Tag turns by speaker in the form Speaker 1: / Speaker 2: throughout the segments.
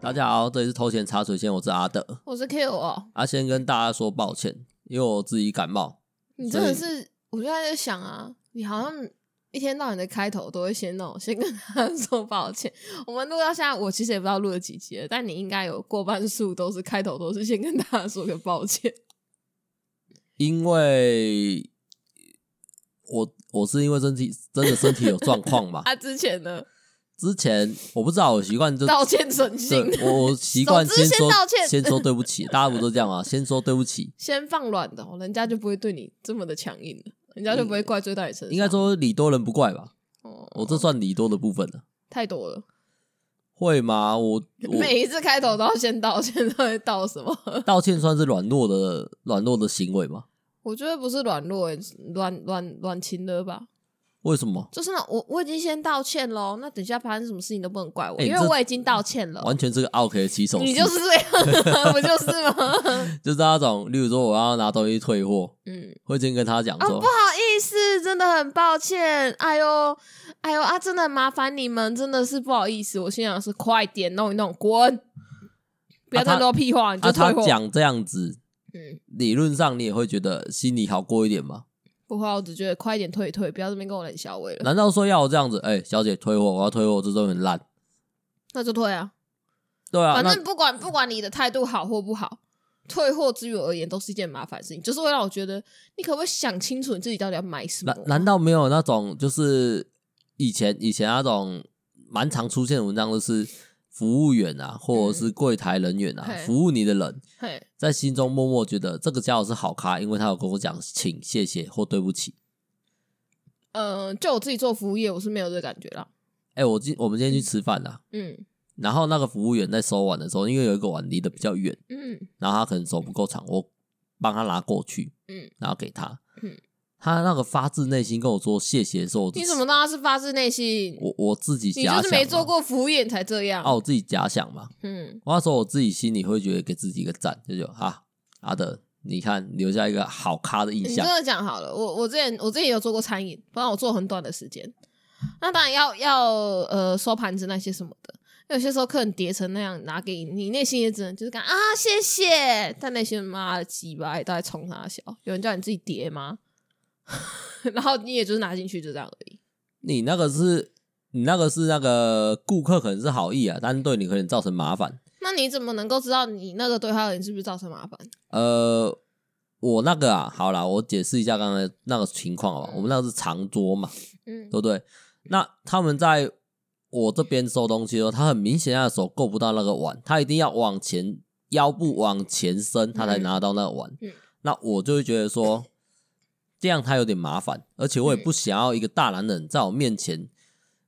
Speaker 1: 大家好，这里是头前茶水间，我是阿德。
Speaker 2: 我是 Q 哦，
Speaker 1: 阿、先跟大家说抱歉，因为我自己感冒，
Speaker 2: 你真的
Speaker 1: 所
Speaker 2: 是，我就在想啊，你好像一天到晚的开头都会先那种，先跟他 说抱歉。我们录到现在，我其实也不知道录了几集了，但你应该有过半数都是开头都是先跟大 家说个抱歉。
Speaker 1: 因为我我是因为身体真的身体有状况嘛。
Speaker 2: 啊，之前呢，
Speaker 1: 之前我不知道，我习惯就
Speaker 2: 道歉诚信，
Speaker 1: 对我我习惯
Speaker 2: 总之
Speaker 1: 先
Speaker 2: 先
Speaker 1: 说
Speaker 2: 道歉
Speaker 1: 先说对不起，大家不都这样吗？先说对不起，
Speaker 2: 先放软的哦，人家就不会对你这么的强硬了，人家就不会怪罪到你身上。
Speaker 1: 嗯应该说礼多人不怪吧？
Speaker 2: 哦，
Speaker 1: 我这算礼多的部分了，
Speaker 2: 太多了，
Speaker 1: 会吗？我我
Speaker 2: 每一次开头都要先道歉，到底道什么？
Speaker 1: 道歉算是软弱的软弱的行为吗？
Speaker 2: 我觉得不是软弱、欸，软软软情的吧。
Speaker 1: 为什么？
Speaker 2: 就是那我我已经先道歉喽，那等一下发生什么事情都不能怪我，
Speaker 1: 欸
Speaker 2: 因
Speaker 1: 这
Speaker 2: 为我已经道歉了。
Speaker 1: 完全是个 OK 的起手式，
Speaker 2: 你就是这样，啊不就是吗？
Speaker 1: 就是那种，例如说我要拿东西退货，
Speaker 2: 嗯，
Speaker 1: 会先跟他讲
Speaker 2: 啊，
Speaker 1: 说，
Speaker 2: 不好意思，真的很抱歉。哎呦，哎呦啊，真的很麻烦你们，真的是不好意思。我心想是快点弄一弄，滚！不要
Speaker 1: 啊他
Speaker 2: 再说屁话，你
Speaker 1: 啊，
Speaker 2: 就退
Speaker 1: 他
Speaker 2: 货。
Speaker 1: 讲这样子，
Speaker 2: 嗯，
Speaker 1: 理论上你也会觉得心里好过一点嘛？
Speaker 2: 不会啊，我只觉得快一点退一退，不要这边跟我冷小伟了，
Speaker 1: 难道说要我这样子？哎、小姐退货，我要退货，这都很烂。
Speaker 2: 那就退啊。
Speaker 1: 对啊，
Speaker 2: 反
Speaker 1: 那
Speaker 2: 正不管不管你的态度好或不好，退货之于我而言都是一件麻烦事情，就是会让我觉得你可不可以想清楚你自己到底要买什么
Speaker 1: 难？难道没有那种就是以前以前那种蛮常出现的文章，就是服务员啊，或者是柜台人员啊，
Speaker 2: 嗯嘿
Speaker 1: 服务你的人，
Speaker 2: 嘿，
Speaker 1: 在心中默默觉得这个家伙是好咖，因为他有跟我讲请、谢谢或对不起。
Speaker 2: 呃，就我自己做服务业，我是没有这个感觉啦。
Speaker 1: 哎、我今我们今天去吃饭啊，
Speaker 2: 嗯
Speaker 1: 然后那个服务员在收碗的时候，因为有一个碗离得比较远，
Speaker 2: 嗯，
Speaker 1: 然后他可能手不够长，我帮他拿过去，
Speaker 2: 嗯，
Speaker 1: 然后给他，
Speaker 2: 嗯，
Speaker 1: 他那个发自内心跟我说谢谢的时候，我
Speaker 2: 你怎么知道他是发自内心？
Speaker 1: 我我自己
Speaker 2: 你
Speaker 1: 假想啊嘛，
Speaker 2: 就是没做过服务业你才这样。
Speaker 1: 啊，我自己假想嘛，
Speaker 2: 嗯，
Speaker 1: 我那时候我自己心里会觉得给自己一个赞，就就啊阿德，你看留下一个好咖的印
Speaker 2: 你
Speaker 1: 象
Speaker 2: 真，的讲好了，我我之前我之前也有做过餐饮，不然我做很短的时间。那当然要要呃收盘子那些什么的，有些时候客人叠成那样拿给你，你内心也只能就是感啊谢谢，但那些妈的鸡巴也都在冲他笑，有人叫你自己叠吗？ 然后你也就是拿进去就这样而已。
Speaker 1: 你那个是你那个是那个顾客可能是好意啊，但是对你可能造成麻烦，
Speaker 2: 那你怎么能够知道你那个对他而言是不是造成麻烦？
Speaker 1: 呃，我那个啊，好啦，我解释一下刚才那个情况好吧。
Speaker 2: 嗯
Speaker 1: 我们那个是长桌嘛，
Speaker 2: 嗯
Speaker 1: 对，不对？那他们在我这边收东西的时候，他很明显他的手够不到那个碗，他一定要往前腰部往前伸，他才拿到那个碗。
Speaker 2: 嗯
Speaker 1: 那我就会觉得说，这样他有点麻烦，而且我也不想要一个大男人在我面前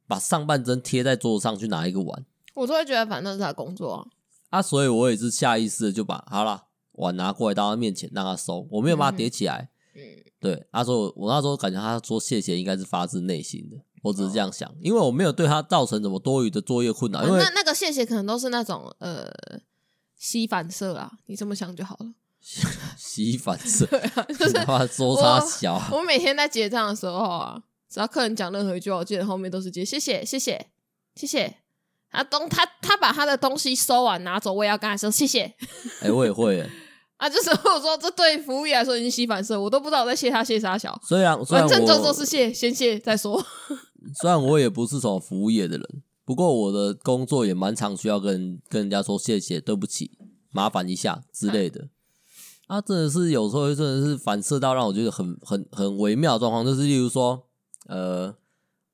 Speaker 1: 把上半身贴在桌子上去拿一个碗
Speaker 2: 我都会觉得反正是他的工作啊。
Speaker 1: 啊，所以我也是下意识的就把好啦碗拿过来到他面前让他收，我没有把它叠起来。
Speaker 2: 嗯
Speaker 1: 对，他说我我那时候感觉他说谢谢应该是发自内心的，我
Speaker 2: 哦
Speaker 1: 只是这样想，因为我没有对他造成什么多余的作业困扰，
Speaker 2: 啊
Speaker 1: 因为
Speaker 2: 那那个谢谢可能都是那种呃吸反射啦，啊你这么想就好了。
Speaker 1: 洗反射，
Speaker 2: 对啊， 就是
Speaker 1: 他说他小啊，
Speaker 2: 我每天在结账的时候啊，只要客人讲任何一句话，我记得后面都是接谢谢谢谢谢谢。他东他他把他的东西收完拿走，我也要跟他说谢谢
Speaker 1: 哎、我也会耶，
Speaker 2: 啊！就是我说这对服务业来说已经吸反射，我都不知道我在谢他谢啥小，
Speaker 1: 虽然虽然
Speaker 2: 反正就
Speaker 1: 我
Speaker 2: 都是谢先谢再说。
Speaker 1: 虽然我也不是什么服务业的人，不过我的工作也蛮常需要跟跟人家说谢谢、对不起、麻烦一下之类的。啊，真的是有时候真的是反射到让我觉得很很很微妙的状况，就是例如说，呃，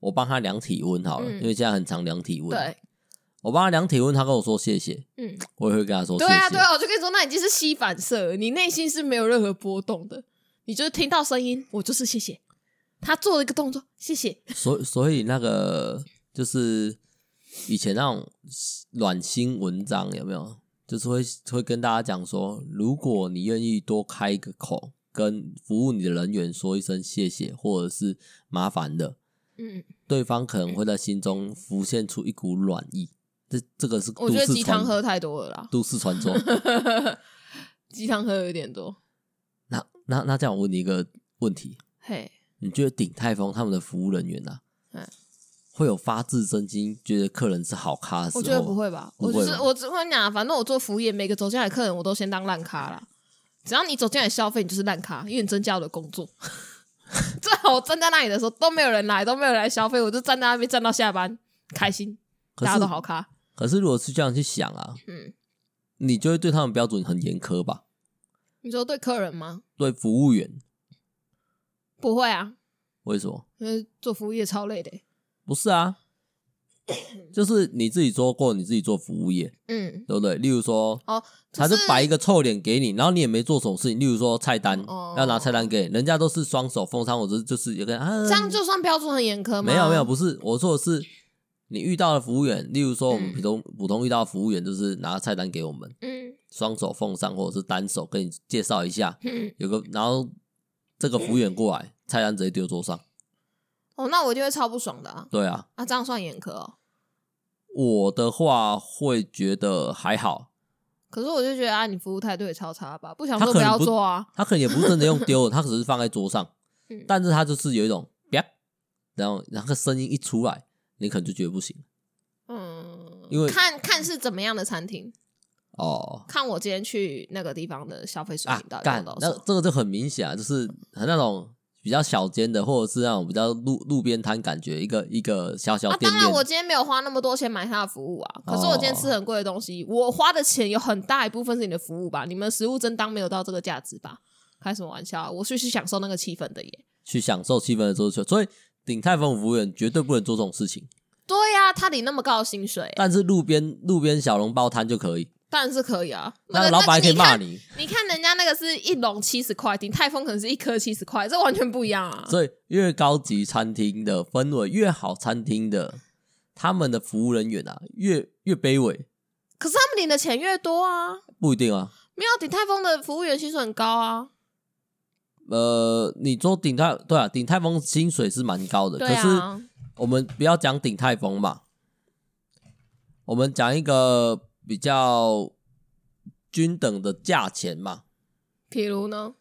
Speaker 1: 我帮他量体温好了，
Speaker 2: 嗯
Speaker 1: 因为现在很常量体温，
Speaker 2: 对，
Speaker 1: 我帮他量体温，他跟我说谢谢，
Speaker 2: 嗯，
Speaker 1: 我也会跟他说谢
Speaker 2: 对
Speaker 1: 谢。
Speaker 2: 啊，对啊，我就跟你说，那已经是吸反射了，你内心是没有任何波动的，你就是听到声音，我就是谢谢。他做了一个动作，谢谢。
Speaker 1: 所以所以那个就是以前那种暖心文章有没有？就是会会跟大家讲说，如果你愿意多开一个口，跟服务你的人员说一声谢谢，或者是麻烦的，
Speaker 2: 嗯，
Speaker 1: 对方可能会在心中浮现出一股暖意。这这个是
Speaker 2: 我觉得
Speaker 1: 都市
Speaker 2: 鸡汤
Speaker 1: 传
Speaker 2: 喝太多了啦，
Speaker 1: 都市传说。
Speaker 2: 鸡汤喝有点多。
Speaker 1: 那那那这样，我问你一个问题：
Speaker 2: 嘿，
Speaker 1: 你觉得鼎泰丰他们的服务人员啊，
Speaker 2: 嗯
Speaker 1: 会有发自真心觉得客人是好咖的时候
Speaker 2: 我
Speaker 1: 吗？
Speaker 2: 觉得不会吧？
Speaker 1: 不会
Speaker 2: 我就是
Speaker 1: 吗
Speaker 2: 我只会讲，啊反正我做服务业，每个走进来的客人我都先当烂咖啦。只要你走进来消费，你就是烂咖，因为你增加我的工作。 最好我站在那里的时候都没有人来，都没有人来消费，我就站在那边站到下班，开心，
Speaker 1: 可
Speaker 2: 大
Speaker 1: 是
Speaker 2: 家都好咖。
Speaker 1: 可是如果是这样去想啊，
Speaker 2: 嗯，
Speaker 1: 你就会对他们标准很严苛吧？
Speaker 2: 你说对客人吗？
Speaker 1: 对服务员，
Speaker 2: 不会啊，
Speaker 1: 为什么？
Speaker 2: 因为做服务业超累的欸、
Speaker 1: 不是啊，就是你自己说过你自己做服务业，
Speaker 2: 嗯，
Speaker 1: 对不对？例如说，
Speaker 2: 哦，
Speaker 1: 他
Speaker 2: 就
Speaker 1: 就是摆一个臭脸给你，然后你也没做什么事情。例如说菜单，
Speaker 2: 哦
Speaker 1: 要拿菜单给你，人家都是双手奉上，我这就是有个啊，
Speaker 2: 这样就算标准很严苛吗？
Speaker 1: 没有没有，不是我说的是你遇到的服务员，例如说我们
Speaker 2: 嗯
Speaker 1: 普通、普通遇到的服务员就是拿菜单给我们，
Speaker 2: 嗯
Speaker 1: 双手奉上或者是单手跟你介绍一下，
Speaker 2: 嗯，
Speaker 1: 有个然后这个服务员过来，菜单直接丢桌上，
Speaker 2: 哦，那我就会超不爽的啊！
Speaker 1: 对啊。
Speaker 2: 啊，这样算严苛哦。
Speaker 1: 我的话会觉得还好，
Speaker 2: 可是我就觉得啊，你服务态度也超差吧，不想
Speaker 1: 他
Speaker 2: 做
Speaker 1: 可能
Speaker 2: 要
Speaker 1: 不
Speaker 2: 做啊。
Speaker 1: 他可能也不是真的用 丢的，他只是放在桌上
Speaker 2: 嗯，
Speaker 1: 但是他就是有一种啪，然后然后声音一出来，你可能就觉得不行
Speaker 2: 嗯，
Speaker 1: 因为
Speaker 2: 看看是怎么样的餐厅，
Speaker 1: 哦
Speaker 2: 看我今天去那个地方的消费水
Speaker 1: 啊
Speaker 2: 平到底
Speaker 1: 干
Speaker 2: 高到，
Speaker 1: 那
Speaker 2: 什么。
Speaker 1: 这个就很明显啊，就是很那种比较小间的，或者是那种比较路路边摊感觉，一个一个小小
Speaker 2: 啊，
Speaker 1: 店
Speaker 2: 当然，我
Speaker 1: 面，
Speaker 2: 今天没有花那么多钱买他的服务啊。可是我今天
Speaker 1: 哦
Speaker 2: 吃很贵的东西，我花的钱有很大一部分是你的服务吧？你们食物真当没有到这个价值吧？开什么玩笑、啊！我是去享受那个气氛的耶。
Speaker 1: 去享受气氛的桌球，所以鼎泰丰服务员绝对不能做这种事情，
Speaker 2: 对呀、他领那么高的薪水，
Speaker 1: 但是路边路边小笼包摊就可以，
Speaker 2: 当然是可以啊。
Speaker 1: 那
Speaker 2: 个
Speaker 1: 老板还可以
Speaker 2: 那个你看
Speaker 1: 骂你，
Speaker 2: 你看人家那个是一笼七十块，鼎泰丰可能是一颗七十块，这完全不一样啊。
Speaker 1: 所以越高级餐厅的氛围越好，餐厅的他们的服务人员啊越越卑微，
Speaker 2: 可是他们领的钱越多啊，
Speaker 1: 不一定啊。
Speaker 2: 没有鼎泰丰的服务员薪水很高啊。
Speaker 1: 呃，你说鼎泰对啊，鼎泰丰薪水是蛮高的，
Speaker 2: 对
Speaker 1: 可是
Speaker 2: 啊，
Speaker 1: 我们不要讲鼎泰丰嘛，我们讲一个比较均等的价钱嘛。
Speaker 2: 譬如呢，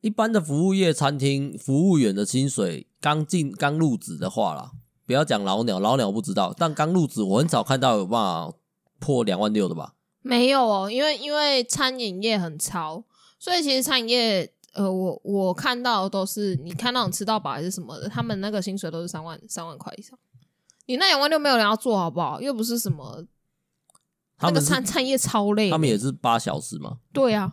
Speaker 1: 一般的服务业餐厅服务员的薪水，刚进刚入职的话啦，不要讲老鸟，老鸟不知道，但刚入职我很少看到有办法破两万六的吧？
Speaker 2: 没有哦，因为因为餐饮业很潮，所以其实餐饮业，呃，我我看到的都是你看那种吃到饱还是什么的，他们那个薪水都是三万三万块以上。你那两万六没有人要做好不好？又不是什么
Speaker 1: 他们
Speaker 2: 那个
Speaker 1: 是
Speaker 2: 餐餐饮业超累的，
Speaker 1: 他们也是八小时嘛？
Speaker 2: 对啊，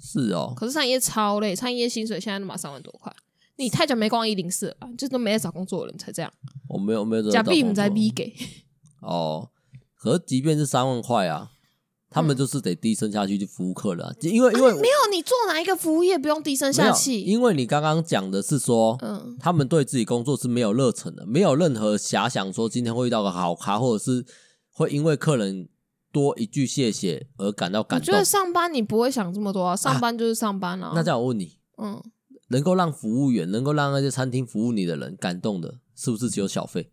Speaker 1: 是哦，
Speaker 2: 可是餐饮业超累，餐饮业薪水现在都嘛三万多块。你太久没逛一零四了吧，就都没在找工作的人才这样，
Speaker 1: 我没有没有这个
Speaker 2: 假
Speaker 1: 找
Speaker 2: 币
Speaker 1: 工
Speaker 2: 不在
Speaker 1: 作
Speaker 2: 逼给。
Speaker 1: 哦。可是即便是三万块啊，他
Speaker 2: 嗯
Speaker 1: 们就是得低声下去去服务客人、啊，因为因为
Speaker 2: 没有，你做哪一个服务业不用低声
Speaker 1: 没
Speaker 2: 下
Speaker 1: 有
Speaker 2: 气？
Speaker 1: 因为你刚刚讲的是说，
Speaker 2: 嗯，
Speaker 1: 他们对自己工作是没有热忱的，没有任何遐想说今天会遇到个好咖，或者是会因为客人多一句谢谢而感到
Speaker 2: 我
Speaker 1: 感
Speaker 2: 觉
Speaker 1: 动
Speaker 2: 得。上班你不会想这么多啊，上班就是上班啊。
Speaker 1: 那这样我问你，
Speaker 2: 嗯，
Speaker 1: 能够让服务员，能够让那些餐厅服务你的人感动的，是不是只有小费？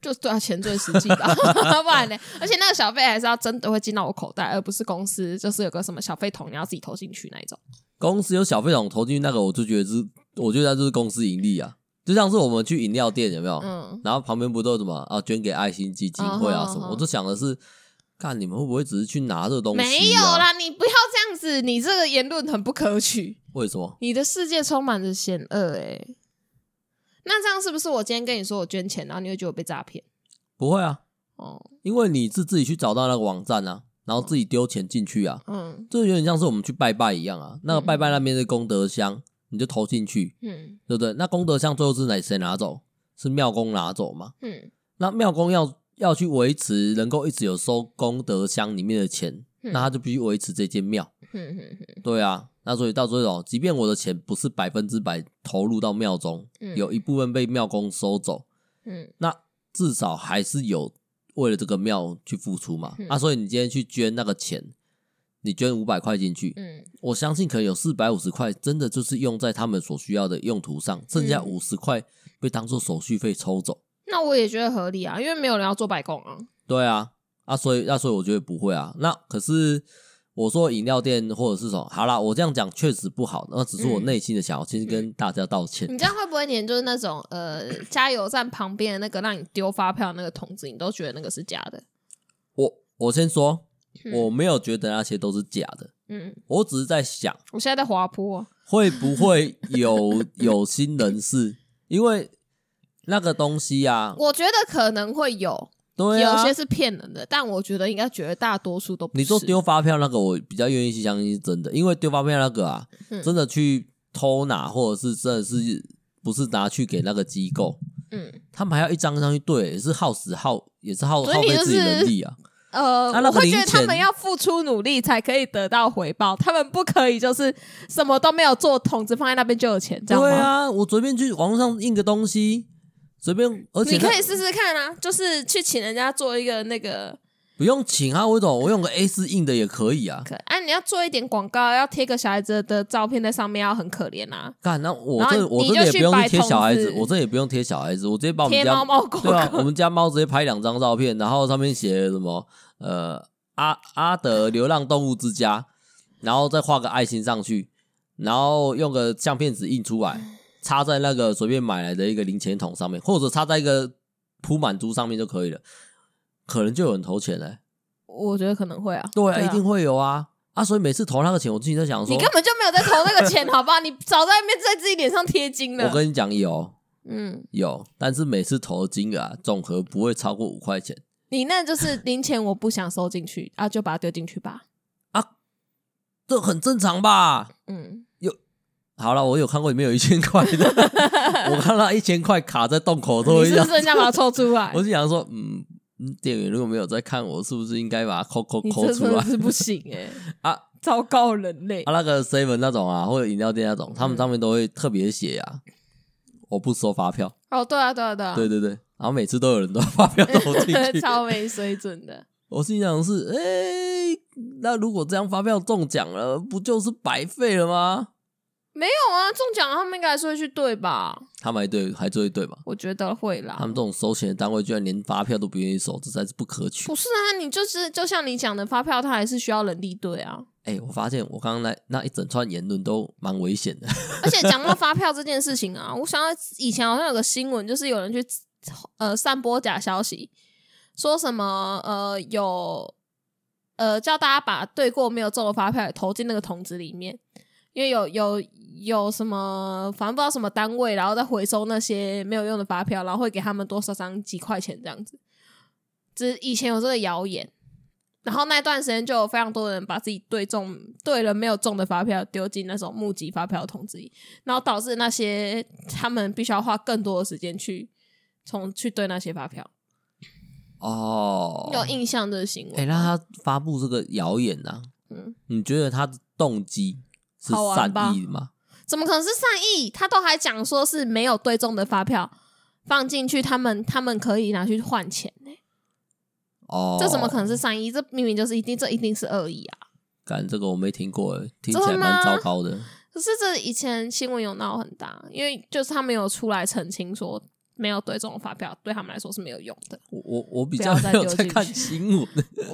Speaker 2: 就对啊，钱最实际吧， 不然呢？而且那个小费还是要真的会进到我口袋，而不是公司就是有个什么小费桶，你要自己投进去那一种。
Speaker 1: 公司有小费桶投进去那个，我就觉得是，我觉得那就是公司盈利啊。就像是我们去饮料店，有没有？
Speaker 2: 嗯，
Speaker 1: 然后旁边不都有什么啊，捐给爱心基金会啊
Speaker 2: 嗯哼
Speaker 1: 什么？
Speaker 2: 哼
Speaker 1: 我就想的是，看你们会不会只是去拿这个东西、啊？
Speaker 2: 没有，啦，你不要这样子，你这个言论很不可取。
Speaker 1: 为什么？
Speaker 2: 你的世界充满着险恶哎、那这样是不是我今天跟你说我捐钱，然后你会觉得我被诈骗？
Speaker 1: 不会啊，
Speaker 2: 哦，
Speaker 1: 因为你是自己去找到那个网站啊，然后自己丢钱进去啊，
Speaker 2: 嗯
Speaker 1: 这有点像是我们去拜拜一样啊。那个拜拜那边是功德箱，你就投进去，
Speaker 2: 嗯
Speaker 1: 对不对？那功德箱最后是哪谁拿走？是庙公拿走嘛？
Speaker 2: 嗯
Speaker 1: 那庙公要要去维持能够一直有收功德箱里面的钱，
Speaker 2: 嗯
Speaker 1: 那他就必须维持这间庙。
Speaker 2: 嗯嗯
Speaker 1: 对啊，那所以到最后，即便我的钱不是百分之百投入到庙中，
Speaker 2: 嗯
Speaker 1: 有一部分被庙公收走，
Speaker 2: 嗯
Speaker 1: 那至少还是有为了这个庙去付出嘛。
Speaker 2: 嗯
Speaker 1: 啊，所以你今天去捐那个钱，你捐五百块进去，
Speaker 2: 嗯
Speaker 1: 我相信可能有四百五十块真的就是用在他们所需要的用途上，剩下
Speaker 2: 嗯
Speaker 1: 五十块被当做手续费抽走。
Speaker 2: 那我也觉得合理啊，因为没有人要做白工啊。
Speaker 1: 对啊，啊，所以那所以我觉得不会啊。那可是我说饮料店或者是什么，好啦，我这样讲确实不好，那只是我内心的想法，先跟大家道歉。
Speaker 2: 嗯 你这样会不会连就是那种呃加油站旁边的那个让你丢发票的那个桶子，你都觉得那个是假的？
Speaker 1: 我我先说，
Speaker 2: 嗯
Speaker 1: 我没有觉得那些都是假的，
Speaker 2: 嗯，
Speaker 1: 我只是在想，
Speaker 2: 我现在在滑坡啊、
Speaker 1: 会不会 有有心人士，因为那个东西啊，
Speaker 2: 我觉得可能会有，
Speaker 1: 对
Speaker 2: 有
Speaker 1: 啊，
Speaker 2: 些是骗人的，但我觉得应该绝大多数都不是。
Speaker 1: 你说丢发票那个，我比较愿意去相信是真的，因为丢发票那个啊，
Speaker 2: 嗯
Speaker 1: 真的去偷拿，或者是真的是不是拿去给那个机构，
Speaker 2: 嗯
Speaker 1: 他们还要一张一张去对，也是耗时耗，也是耗
Speaker 2: 所以
Speaker 1: 耗
Speaker 2: 你
Speaker 1: 费
Speaker 2: 就
Speaker 1: 自己
Speaker 2: 是
Speaker 1: 能力啊。
Speaker 2: 呃，
Speaker 1: 啊那
Speaker 2: 我
Speaker 1: 个
Speaker 2: 会
Speaker 1: 零
Speaker 2: 觉得他
Speaker 1: 钱
Speaker 2: 们要付出努力才可以得到回报，他们不可以就是什么都没有做，桶子放在那边就有钱，这样吗？
Speaker 1: 对啊，我随便去网络上印个东西，随便，而且
Speaker 2: 你可
Speaker 1: 那
Speaker 2: 以试试看啊，就是去请人家做一个那个
Speaker 1: 不用请啊，我总我用个 A 四印的也可以啊。
Speaker 2: 可啊，你要做一点广告，要贴个小孩子的照片在上面，要很可怜啊，
Speaker 1: 干，那我
Speaker 2: 然后
Speaker 1: 这我
Speaker 2: 你
Speaker 1: 真的
Speaker 2: 就
Speaker 1: 也
Speaker 2: 去
Speaker 1: 不用
Speaker 2: 摆
Speaker 1: 去贴小孩子
Speaker 2: 桶，子
Speaker 1: 我这也不用贴小孩子，我直接把我们
Speaker 2: 贴
Speaker 1: 家
Speaker 2: 猫 猫狗
Speaker 1: 对啊，
Speaker 2: 狗，
Speaker 1: 我们家猫直接拍两张照片，然后上面写什么呃阿阿德流浪动物之家，然后再画个爱心上去，然后用个相片纸印出来，插在那个随便买来的一个零钱桶上面，或者插在一个铺满珠上面就可以了，可能就有人投钱嘞、
Speaker 2: 我觉得可能会啊，
Speaker 1: 对啊，一定会有啊啊！所以每次投那个钱，我自己在想说
Speaker 2: 你，根本就没有在投那个钱，好不好？你早在那边在自己脸上贴金了。
Speaker 1: 我跟你讲有
Speaker 2: 嗯，
Speaker 1: 有，但是每次投的金额啊，总和不会超过五块钱。
Speaker 2: 你那就是零钱，我不想收进去啊，就把它丢进去吧。
Speaker 1: 这很正常吧？
Speaker 2: 嗯，
Speaker 1: 好了，我有看过里面有一千块 的，我看到一千块卡在洞口都
Speaker 2: 你
Speaker 1: 会
Speaker 2: 是
Speaker 1: 这样
Speaker 2: 不是，人家把它抽出来
Speaker 1: 我？就想说，嗯，嗯店员如果没有在看我，是不是应该把它抠抠
Speaker 2: 你
Speaker 1: 抠
Speaker 2: 这
Speaker 1: 出
Speaker 2: 真的
Speaker 1: 来
Speaker 2: 是不行哎、
Speaker 1: 啊？
Speaker 2: 糟糕人类
Speaker 1: 啊，！那个 seven 那种啊，或者饮料店那种，
Speaker 2: 嗯
Speaker 1: 他们上面都会特别写啊，我不收发票。
Speaker 2: 哦，对啊，对啊，对啊，
Speaker 1: 对对对，然后每次都有人都把发票投进去。
Speaker 2: 超没水准的。
Speaker 1: 我心想是，哎、那如果这样发票中奖了，不就是白费了吗？
Speaker 2: 没有啊，中奖他们应该还是会去对吧？
Speaker 1: 他们还对还做一对嘛？
Speaker 2: 我觉得会啦
Speaker 1: 他。们这种收钱的单位居然连发票都不愿意收，这才是不可取。
Speaker 2: 不是啊，你就是就像你讲的，发票它还是需要人力对啊。
Speaker 1: 哎、我发现我刚刚那那一整串言论都蛮危险的。
Speaker 2: 而且讲到发票这件事情啊，我想到以前好像有个新闻，就是有人去呃散播假消息，说什么呃有呃叫大家把对过没有中的发票也投进那个桶子里面，因为有有有什么反正不知道什么单位，然后再回收那些没有用的发票，然后会给他们多少张几块钱这样子。只是以前有这个谣言，然后那段时间就有非常多人把自己对中对了没有中的发票丢进那种募集发票的桶子里，然后导致那些他们必须要花更多的时间去从去对那些发票。
Speaker 1: 哦
Speaker 2: 你，有印象这个行为？
Speaker 1: 哎、那他发布这个谣言啊，
Speaker 2: 嗯，
Speaker 1: 你觉得他的动机是
Speaker 2: 好
Speaker 1: 善
Speaker 2: 玩吧
Speaker 1: 意吗？
Speaker 2: 怎么可能是善意？他都还讲说是没有对中的发票放进去，他们他们可以拿去换钱呢、
Speaker 1: 哦，
Speaker 2: 这怎么可能是？善意？这明明就是一定，这一定是恶意啊！
Speaker 1: 感这个我没听过，哎听起
Speaker 2: 真
Speaker 1: 来
Speaker 2: 的
Speaker 1: 蛮
Speaker 2: 吗
Speaker 1: 糟糕的。
Speaker 2: 可是这以前新闻有闹很大，因为就是他们有出来澄清说，没有对中的发票对他们来说是没有用的。
Speaker 1: 我我我比
Speaker 2: 不
Speaker 1: 较
Speaker 2: 要
Speaker 1: 没
Speaker 2: 再
Speaker 1: 有
Speaker 2: 丢
Speaker 1: 在
Speaker 2: 进
Speaker 1: 看
Speaker 2: 去
Speaker 1: 新闻， 哦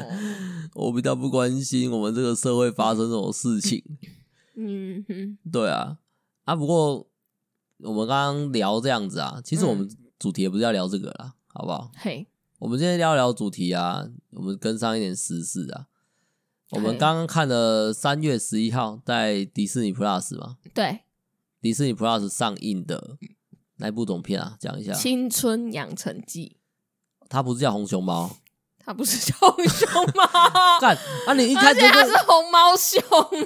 Speaker 1: 我比较不关心我们这个社会发生这种事情。
Speaker 2: 嗯哼，
Speaker 1: 对啊，啊，不过我们刚刚聊这样子啊，其实我们
Speaker 2: 嗯
Speaker 1: 主题也不是要聊这个啦，好不好？
Speaker 2: 嘿，
Speaker 1: 我们今天聊聊主题啊，我们跟上一点时事啊。我们
Speaker 2: 嘿
Speaker 1: 刚刚看了三月十一号在迪士尼 Plus 嘛，
Speaker 2: 对，
Speaker 1: 迪士尼 Plus 上映的那部总片啊，讲一下，
Speaker 2: 青春养成记，
Speaker 1: 它不是叫红熊猫，，
Speaker 2: 它不是熊熊猫
Speaker 1: 干啊！你一开
Speaker 2: 而
Speaker 1: 始
Speaker 2: 且它
Speaker 1: 就是
Speaker 2: 红毛熊，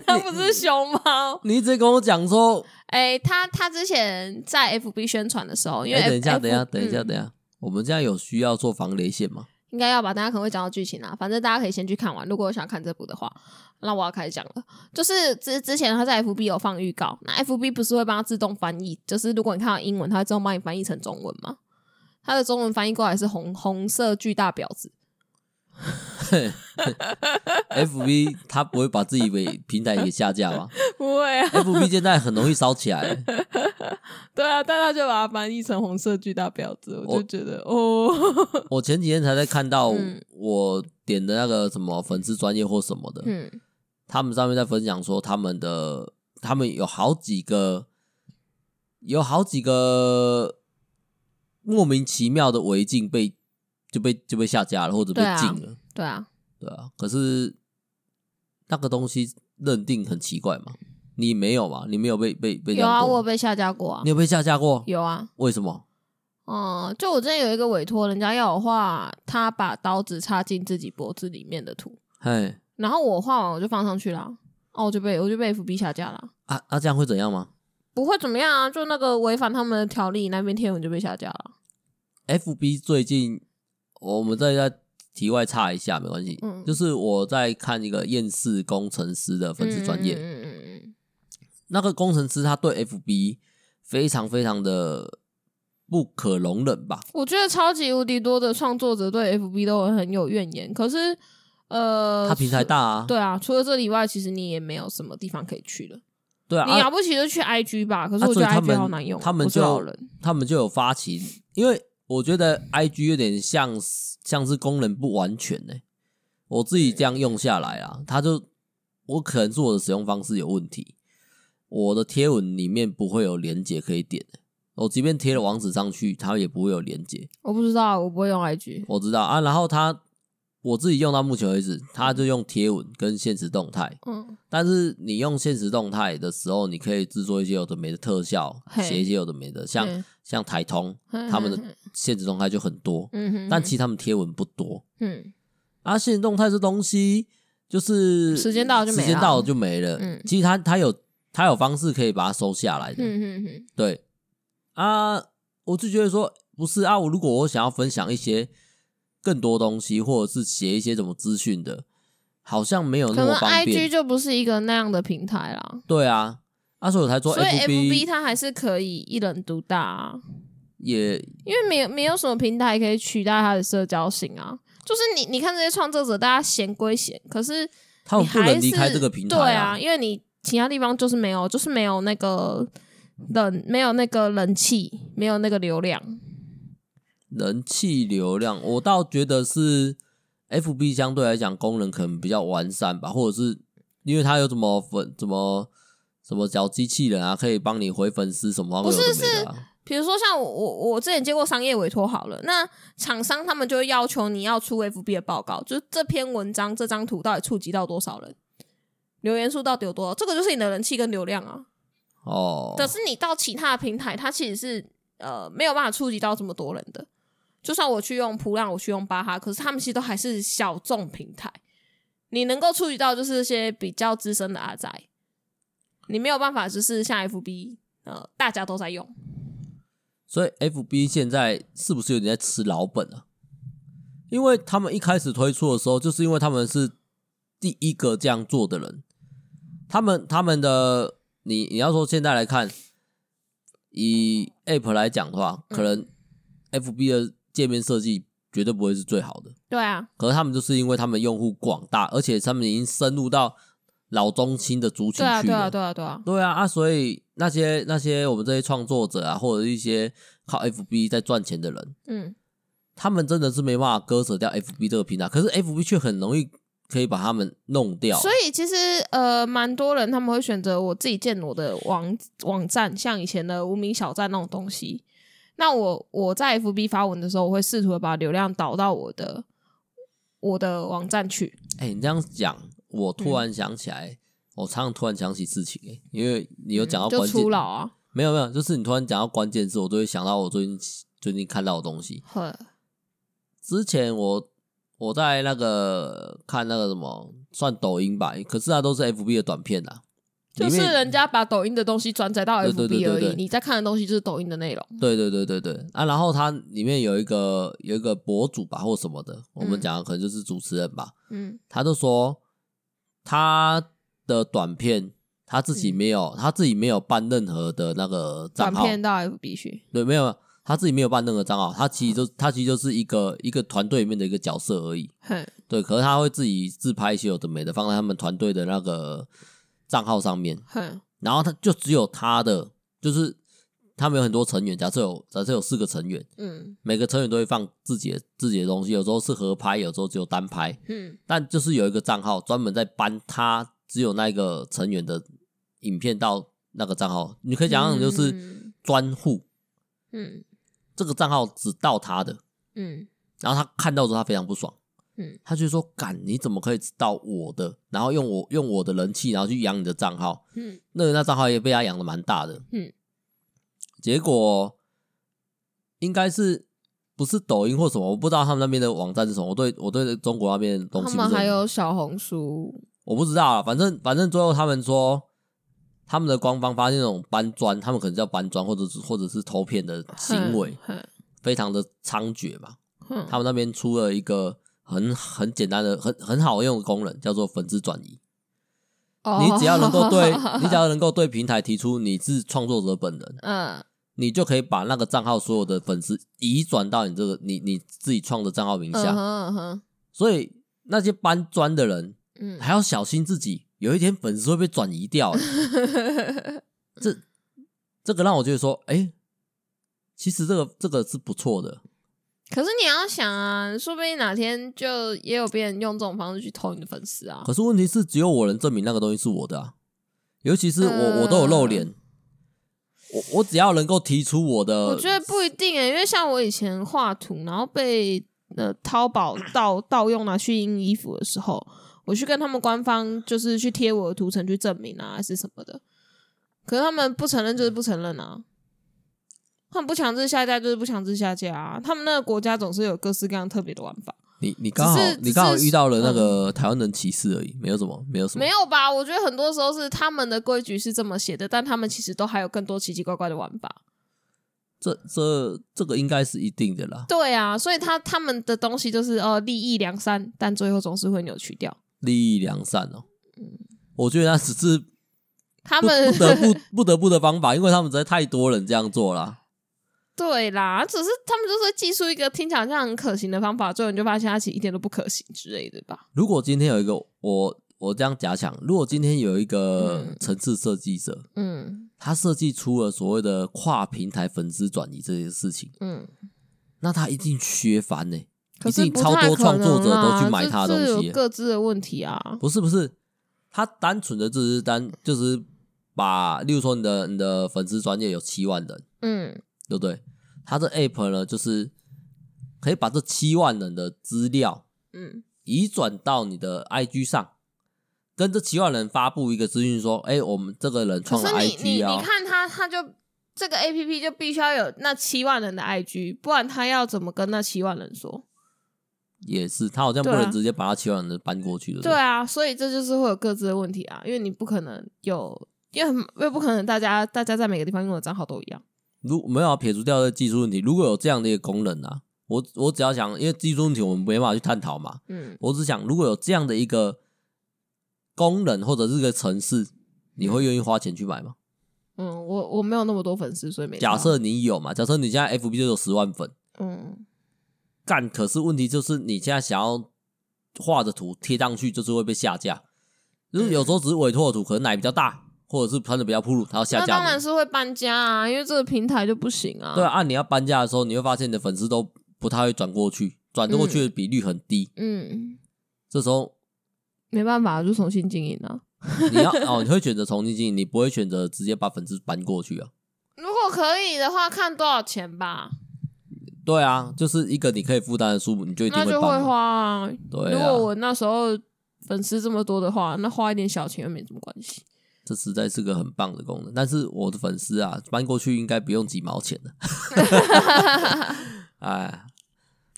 Speaker 2: 它不是熊猫。
Speaker 1: 你一直跟我讲说，
Speaker 2: 哎、它它之前在 FB 宣传的时候，因为
Speaker 1: 哎，
Speaker 2: F-
Speaker 1: 等一下，
Speaker 2: F-
Speaker 1: 等一下，等一下，
Speaker 2: 嗯
Speaker 1: 等一下，我们现在有需要做防雷线吗？
Speaker 2: 应该要吧，大家可能会讲到剧情啊，反正大家可以先去看完。如果有想看这部的话，那我要开始讲了。就是之之前他在 FB 有放预告，那 FB 不是会帮他自动翻译，就是如果你看到英文，它会自动帮你翻译成中文吗？它的中文翻译过来是红红色巨大婊子，
Speaker 1: F B 他不会把自己给平台给下架吧
Speaker 2: 不会啊，
Speaker 1: ？F B 现在很容易烧起来，
Speaker 2: 对啊，但他就把它翻译成红色巨大婊子，
Speaker 1: 我就
Speaker 2: 觉得哦，
Speaker 1: 我前几天才在看到
Speaker 2: 嗯
Speaker 1: 我点的那个什么粉丝专业或什么的，
Speaker 2: 嗯，
Speaker 1: 他们上面在分享说他们的，他们有好几个，有好几个莫名其妙的违禁被就被就被下架了，或者被
Speaker 2: 对啊
Speaker 1: 禁了，
Speaker 2: 对啊，
Speaker 1: 对啊。可是那个东西认定很奇怪嘛，你没有嘛？你没有被被被这
Speaker 2: 有
Speaker 1: 样
Speaker 2: 啊，
Speaker 1: 过
Speaker 2: 我有被下架过啊
Speaker 1: 你，有被下架过？
Speaker 2: 有啊，
Speaker 1: 为什么？
Speaker 2: 哦、就我之前有一个委托，人家要我画他把刀子插进自己脖子里面的图，
Speaker 1: 嘿，
Speaker 2: 然后我画完我就放上去啦，哦，我就被我就被 FB 下架啦，
Speaker 1: 啊啊，这样会怎样吗
Speaker 2: 不会怎么样啊，就那个违反他们的条例那篇贴文就被下架了，
Speaker 1: ？FB 最近我们再在题外插一下，没关系。
Speaker 2: 嗯
Speaker 1: 就是我在看一个厌世工程师的粉丝专业，
Speaker 2: 嗯嗯嗯嗯嗯，
Speaker 1: 那个工程师他对 FB 非常非常的不可容忍吧？
Speaker 2: 我觉得超级无敌多的创作者对 FB 都很有怨言，可是呃，
Speaker 1: 他平台大啊，
Speaker 2: 对啊，除了这里以外，其实你也没有什么地方可以去了。
Speaker 1: 对啊，
Speaker 2: 你
Speaker 1: 啊
Speaker 2: 了不起就去 IG 吧，可是
Speaker 1: 啊
Speaker 2: 我觉
Speaker 1: 所
Speaker 2: 得
Speaker 1: 以他
Speaker 2: IG
Speaker 1: 们
Speaker 2: 好难用哦，
Speaker 1: 他们
Speaker 2: 我知道
Speaker 1: 就
Speaker 2: 人
Speaker 1: 他们就有发起，因为我觉得 IG 有点像是像是功能不完全呢、我自己这样用下来啊，它就我可能是我的使用方式有问题，我的贴文里面不会有连接可以点、我即便贴了网址上去，它也不会有连接。
Speaker 2: 我不知道，我不会用 IG。
Speaker 1: 我知道啊，然后它我自己用到目前为止，它就用贴文跟现实动态，
Speaker 2: 嗯，
Speaker 1: 但是你用现实动态的时候，你可以制作一些有的没的特效，
Speaker 2: 嘿
Speaker 1: 写一些有的没的，像
Speaker 2: 嗯
Speaker 1: 像台通
Speaker 2: 嗯
Speaker 1: 他们
Speaker 2: 嗯
Speaker 1: 的现实动态就很多，
Speaker 2: 嗯哼，
Speaker 1: 但其实他们贴文不多。
Speaker 2: 嗯
Speaker 1: 啊，现实动态这东西就是
Speaker 2: 时间到了就没了
Speaker 1: 时间到了就没了。
Speaker 2: 嗯
Speaker 1: 其实它它有它有方式可以把它收下来的。
Speaker 2: 嗯嗯嗯
Speaker 1: 对啊，我就觉得说不是啊，我如果我想要分享一些更多东西，或者是写一些什么资讯的，好像没有那
Speaker 2: 嗯，可能
Speaker 1: 么方
Speaker 2: IG
Speaker 1: 便。
Speaker 2: 就不是一个那样的平台啦，
Speaker 1: 对啊，啊，所以我才说
Speaker 2: 所以 FB
Speaker 1: FB
Speaker 2: 它还是可以一人独大啊，
Speaker 1: 也
Speaker 2: 因为没有没有什么平台可以取代它的社交性啊。就是你你看这些创作者，大家闲归闲，可是
Speaker 1: 他
Speaker 2: 你
Speaker 1: 们不能
Speaker 2: 还
Speaker 1: 离开
Speaker 2: 是
Speaker 1: 这个平台
Speaker 2: 对
Speaker 1: 啊
Speaker 2: 啊，因为你其他地方就是没有，就是没有那个人，没有那个人气，没有那个流量。
Speaker 1: 人气流量，我倒觉得是 F B 相对来讲功能可能比较完善吧，或者是因为它有什么粉什么什么小机器人啊，可以帮你回粉丝什么、啊，
Speaker 2: 不是
Speaker 1: 有的没的啊
Speaker 2: 比如说像我我我之前接过商业委托好了，那厂商他们就会要求你要出 FB 的报告，就是这篇文章这张图到底触及到多少人，留言数到底有多少，这个就是你的人气跟流量啊。
Speaker 1: 哦，
Speaker 2: 可是你到其他的平台，它其实是呃没有办法触及到这么多人的。就算我去用普浪，我去用巴哈，可是他们其实都还是小众平台。你能够触及到就是一些比较资深的阿仔，你没有办法就是像 FB 呃大家都在用。
Speaker 1: 所以 F B 现在是不是有点在吃老本啊？因为他们一开始推出的时候，就是因为他们是第一个这样做的人，他们他们的你你要说现在来看，以 App 来讲的话，可
Speaker 2: 嗯
Speaker 1: 能 F B 的界面设计绝对不会是最好的，
Speaker 2: 对啊，
Speaker 1: 可是他们就是因为他们用户广大，而且他们已经深入到老中青的族群
Speaker 2: 对啊，
Speaker 1: 去
Speaker 2: 对啊，
Speaker 1: 了。
Speaker 2: 对啊，对啊，
Speaker 1: 对啊，啊，所以那些那些我们这些创作者啊，或者一些靠 FB 在赚钱的人，
Speaker 2: 嗯，
Speaker 1: 他们真的是没办法割舍掉 FB 这个平台，可是 FB 却很容易可以把他们弄掉。
Speaker 2: 所以其实呃，蛮多人他们会选择我自己建我的网网站，像以前的无名小站那种东西。那我我在 FB 发文的时候，我会试图地把流量导到我的我的网站去。
Speaker 1: 哎、你这样讲，我突
Speaker 2: 嗯
Speaker 1: 然想起来，我常常突然想起事情、哎，因为你有讲到
Speaker 2: 嗯就
Speaker 1: 关键，
Speaker 2: 初老啊，
Speaker 1: 没有没有，就是你突然讲到关键字，我就会想到我最近最近看到的东西。
Speaker 2: 呵，
Speaker 1: 之前我我在那个看那个什么，算抖音吧，可是它都是 FB 的短片啊。
Speaker 2: 就
Speaker 1: 里
Speaker 2: 是
Speaker 1: 面
Speaker 2: 人家把抖音的东西转载到
Speaker 1: 对对
Speaker 2: FB
Speaker 1: 对
Speaker 2: 而
Speaker 1: 对
Speaker 2: 已，
Speaker 1: 对
Speaker 2: 你在看的东西就是抖音的内容。
Speaker 1: 对对对对对啊！然后它里面有一个有一个博主吧，或什么的，我们
Speaker 2: 嗯
Speaker 1: 讲的可能就是主持人吧，
Speaker 2: 嗯
Speaker 1: 他就说他的短片他自己
Speaker 2: 嗯
Speaker 1: 没有，他自己没有办任何的那个账
Speaker 2: 短
Speaker 1: 号，
Speaker 2: 片到 FB 去。
Speaker 1: 对，没有，他自己没有办任何账号，他其实就他其实就是一个一个团队里面的一个角色而已，
Speaker 2: 哼，
Speaker 1: 对，可是他会自己自拍一些有的没的放在他们团队的那个账号上面，
Speaker 2: 哼，
Speaker 1: 然后他就只有他的，就是他们有很多成员，假设有假设有四个成员。
Speaker 2: 嗯
Speaker 1: 每个成员都会放自己的自己的东西，有时候是合拍，有时候只有单拍，
Speaker 2: 嗯
Speaker 1: 但就是有一个账号专门在搬他只有那个成员的影片到那个账号，你可以想象就是
Speaker 2: 嗯
Speaker 1: 专户，
Speaker 2: 嗯
Speaker 1: 这个账号只到他的，
Speaker 2: 嗯
Speaker 1: 然后他看到之后他非常不爽，
Speaker 2: 嗯，
Speaker 1: 他就说：“干，你怎么可以知道我的？然后用我用我的人气，然后去养你的账号？
Speaker 2: 嗯
Speaker 1: 那个那账号也被他养的蛮大的，
Speaker 2: 嗯，
Speaker 1: 结果应该是不是抖音或什么？我不知道他们那边的网站是什么，我对我对中国那边的东
Speaker 2: 他
Speaker 1: 西不是
Speaker 2: 们
Speaker 1: 很
Speaker 2: 还有小红书，
Speaker 1: 我不知道啊，反正反正最后他们说，他们的官方发现那种搬砖，他们可能叫搬砖，或者是或者是偷骗的行为，
Speaker 2: 哼，
Speaker 1: 非常的猖獗嘛。
Speaker 2: 哼
Speaker 1: 他们那边出了一个很很简单的、很很好用的功能，叫做粉丝转移。
Speaker 2: 哼
Speaker 1: 你只要能够 对，
Speaker 2: 哦
Speaker 1: 你只要能够对平台提出你是创作者本人，
Speaker 2: 嗯
Speaker 1: 你就可以把那个账号所有的粉丝移转到你这个你你自己创的账号名
Speaker 2: 嗯哼
Speaker 1: 下。
Speaker 2: 嗯哼
Speaker 1: 所以那些搬砖的人
Speaker 2: 嗯
Speaker 1: 还要小心自己，有一天粉丝会被转移掉、欸 这这个让我觉得说，哎、其实这个这个是不错的，
Speaker 2: 可是你要想啊，说不定哪天就也有别人用这种方式去偷你的粉丝啊。
Speaker 1: 可是问题是，只有我能证明那个东西是我的啊。尤其是我，
Speaker 2: 嗯
Speaker 1: 我都有露脸，我我只要能够提出我的，
Speaker 2: 我觉得不一定欸诶、因为像我以前画图，然后被呃淘宝盗盗用拿去印衣服的时候，我去跟他们官方就是去贴我的图层去证明啊，还是什么的。可是他们不承认，就是不承认啊。他们不强制下架，就是不强制下架啊。他们那个国家总是有各式各样特别的玩法，
Speaker 1: 你你刚好
Speaker 2: 只是
Speaker 1: 你刚好
Speaker 2: 只是嗯
Speaker 1: 遇到了那个台湾人歧视而已，没有什么，没有什么
Speaker 2: 没，有吧？我觉得很多时候是他们的规矩是这么写的，但他们其实都还有更多奇奇怪怪的玩法。
Speaker 1: 这这这个应该是一定的啦。
Speaker 2: 对啊，所以他他们的东西就是呃利益良善，但最后总是会扭曲掉。
Speaker 1: 利益良善哦，我觉得那只是
Speaker 2: 嗯他
Speaker 1: 不
Speaker 2: 们
Speaker 1: 不得 不不得不的方法，因为他们实在太多人这样做啦。
Speaker 2: 对啦，只是他们就是技术一个听起来好像很可行的方法，最后你就发现它其实一点都不可行之类的吧？
Speaker 1: 如果今天有一个我我这样假想，如果今天有一个
Speaker 2: 嗯
Speaker 1: 城市设计者，
Speaker 2: 嗯
Speaker 1: 他设计出了所谓的跨平台粉丝转移这件事情，
Speaker 2: 嗯，那
Speaker 1: 那他一定削翻呢、
Speaker 2: 可是
Speaker 1: 一定
Speaker 2: 不
Speaker 1: 超
Speaker 2: 太
Speaker 1: 多
Speaker 2: 可
Speaker 1: 创作者
Speaker 2: 能
Speaker 1: 都
Speaker 2: 啊
Speaker 1: 去买
Speaker 2: 这
Speaker 1: 他的
Speaker 2: 这
Speaker 1: 东西
Speaker 2: 有
Speaker 1: 耶
Speaker 2: 各自的问题啊。
Speaker 1: 不是不是，他单纯的只是单就是把，例如说你的你的粉丝专业有七万人，
Speaker 2: 嗯
Speaker 1: 对不对？他这 app 呢，就是可以把这七万人的资料
Speaker 2: 嗯
Speaker 1: 移转到你的 IG 上，跟这七万人发布一个资讯，说：“哎、我们这个人
Speaker 2: 可
Speaker 1: 创了
Speaker 2: 是你你
Speaker 1: IG
Speaker 2: 你
Speaker 1: 啊。
Speaker 2: 看他，他就这个 A P P 就必须要有那七万人的 I G，不然他要怎么跟那七万人说？”
Speaker 1: 也是，他好像不
Speaker 2: 对啊
Speaker 1: 能直接把他七万人搬过去的。
Speaker 2: 对啊，所以这就是会有各自的问题啊，因为你不可能有，因为很又不可能大家大家在每个地方用的账号都一样。
Speaker 1: 如没有要撇除掉的技术问题，如果有这样的一个功能啊，我我只要想，因为技术问题我们没办法去探讨嘛，
Speaker 2: 嗯
Speaker 1: 我只想如果有这样的一个功能或者是个城市，你会愿意花钱去买吗？
Speaker 2: 嗯，我我没有那么多粉丝，所以没差
Speaker 1: 假设你有嘛，假设你现在 FB 就有十万粉，
Speaker 2: 嗯
Speaker 1: 干，可是问题就是你现在想要画的图贴上去，就是会被下架，就是有时候
Speaker 2: 嗯
Speaker 1: 只是委托的图，可能奶比较大，或者是穿的比较暴露，它要下
Speaker 2: 那
Speaker 1: 架
Speaker 2: 当
Speaker 1: 你
Speaker 2: 然。是会搬家啊，因为这个平台就不行啊。
Speaker 1: 对啊，啊你要搬家的时候，你会发现你的粉丝都不太会转过去，转过去的比率很低。
Speaker 2: 嗯，
Speaker 1: 这时候
Speaker 2: 没办法，就重新经营啊。
Speaker 1: 你要哦，你会选择重新经营，你不会选择直接把粉丝搬过去啊。
Speaker 2: 如果可以的话，看多少钱吧，
Speaker 1: 对啊，就是一个你可以负担的数目，你就一定
Speaker 2: 那就会
Speaker 1: 搬嘛。
Speaker 2: 花啊。
Speaker 1: 对
Speaker 2: 如果
Speaker 1: 啊，
Speaker 2: 我那时候粉丝这么多的话，那花一点小钱又没什么关系。
Speaker 1: 这实在是个很棒的功能。但是我的粉丝啊，搬过去应该不用几毛钱 的。哎，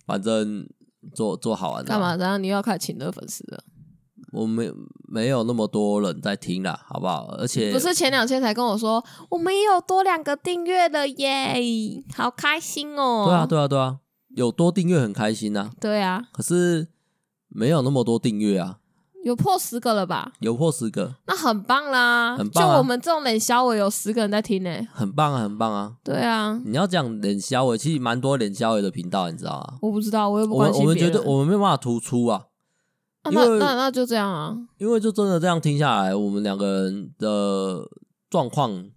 Speaker 1: 反正做做好玩的啊
Speaker 2: 干嘛？？然后你又要开始请的粉丝了？
Speaker 1: 我没没有那么多人在听啦，好不好？而且
Speaker 2: 不是前两天才跟我说，我们也有多两个订阅了耶，好开心哦。
Speaker 1: 对啊，对啊，对啊，有多订阅很开心呐、啊。
Speaker 2: 对啊，
Speaker 1: 可是没有那么多订阅啊，
Speaker 2: 有破十个了吧？
Speaker 1: 有破十个，
Speaker 2: 那很棒啦，
Speaker 1: 很棒啊
Speaker 2: 就我们这种冷笑话有十个人在听呢、
Speaker 1: 很棒啊，很棒啊！
Speaker 2: 对啊，
Speaker 1: 你要讲脸销尾，其实蛮多脸销尾的频道，你知道吗？
Speaker 2: 我不知道，我又不
Speaker 1: 我们
Speaker 2: 关
Speaker 1: 我
Speaker 2: 心
Speaker 1: 们
Speaker 2: 别
Speaker 1: 觉
Speaker 2: 人。
Speaker 1: 得我们没有办法突出啊，
Speaker 2: 啊、
Speaker 1: 因
Speaker 2: 那
Speaker 1: 为
Speaker 2: 那那就这样啊。
Speaker 1: 因为就真的这样听下来，我们两个人的状况，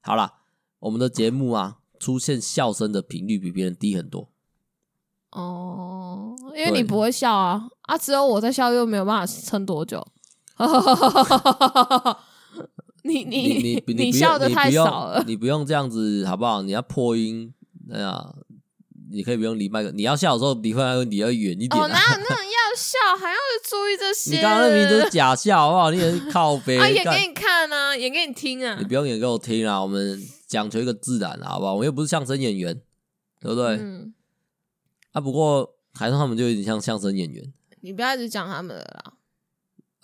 Speaker 1: 好啦，我们的节目啊，出现笑声的频率比别人低很多。
Speaker 2: 哦，因为
Speaker 1: 对
Speaker 2: 哦你不会笑啊，啊，只有我在笑，又没有办法撑多久。你
Speaker 1: 你
Speaker 2: 你
Speaker 1: 你不
Speaker 2: 笑的
Speaker 1: 用你
Speaker 2: 太
Speaker 1: 不用
Speaker 2: 少了，
Speaker 1: 你不用这样子好不好？你要破音，哎呀，你可以不用离麦克，你要笑的时候离麦克你要远一点
Speaker 2: 哦，
Speaker 1: 啊。
Speaker 2: 哪有那种要笑还要注意这些？
Speaker 1: 你刚刚那明明就是假笑，好不好？你也是 靠背，
Speaker 2: 啊，演
Speaker 1: 干
Speaker 2: 给你看啊，演给你听啊
Speaker 1: 你。不用演给我听啊，我们讲求一个自然啊，好不好？我们又不是相声演员，对不对？
Speaker 2: 嗯，
Speaker 1: 啊，不过台上他们就有点像相声演员，
Speaker 2: 你不要一直讲他们了啦。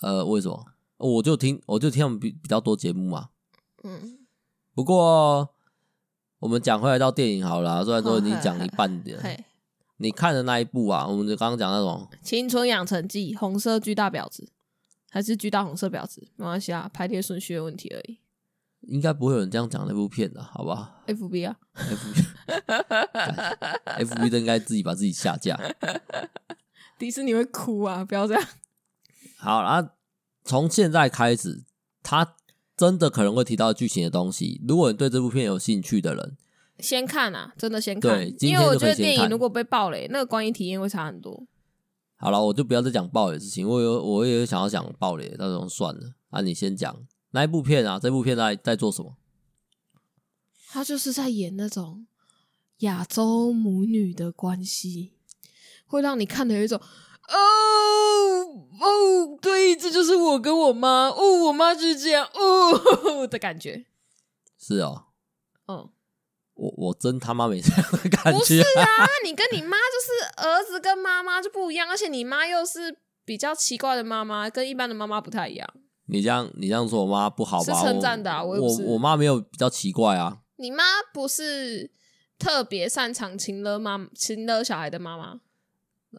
Speaker 1: 呃，为什么？我就听我就听他们比比较多节目嘛。
Speaker 2: 嗯，
Speaker 1: 不过我们讲回来到电影好了啊、虽然说已经
Speaker 2: 好
Speaker 1: 讲一半的，
Speaker 2: 哦嘿，
Speaker 1: 你看的那一部啊，我们就刚刚讲那种
Speaker 2: 《青春养成记》红色巨大婊子，还是巨大红色婊子？没关系啊，排列顺序的问题而已。
Speaker 1: 应该不会有人这样讲那部片的，好不 好
Speaker 2: F B 啊，
Speaker 1: ？F B 都应该自己把自己下架。
Speaker 2: 迪士尼会哭啊！不要这样。
Speaker 1: 好，然后从现在开始，他真的可能会提到剧情的东西。如果你对这部片有兴趣的人，
Speaker 2: 先看啊，真的先看
Speaker 1: 对，今
Speaker 2: 因
Speaker 1: 天
Speaker 2: 为我
Speaker 1: 就
Speaker 2: 觉
Speaker 1: 可以
Speaker 2: 得电
Speaker 1: 先
Speaker 2: 影
Speaker 1: 看
Speaker 2: 如果被爆雷，那个观影体验会差很多。
Speaker 1: 好了，我就不要再讲暴雷的事情，我有我也有想要讲暴雷，那种算了。啊，你先讲那一部片啊？这部片在在做什么？
Speaker 2: 他就是在演那种亚洲母女的关系，会让你看的有一种哦哦，对，这就是我跟我妈哦，我妈就是这样哦的感觉。
Speaker 1: 是哦，
Speaker 2: 嗯，
Speaker 1: 我我真他妈没这样的感
Speaker 2: 不
Speaker 1: 觉。
Speaker 2: 是啊，你跟你妈就是儿子跟妈妈就不一样，而且你妈又是比较奇怪的妈妈，跟一般的妈妈不太一样。
Speaker 1: 你这样你这样说我妈不好吧？
Speaker 2: 是称赞的啊
Speaker 1: 我
Speaker 2: 我又不是
Speaker 1: 我我妈没有比较奇怪啊。
Speaker 2: 你妈不是特别擅长亲了妈亲了小孩的妈妈，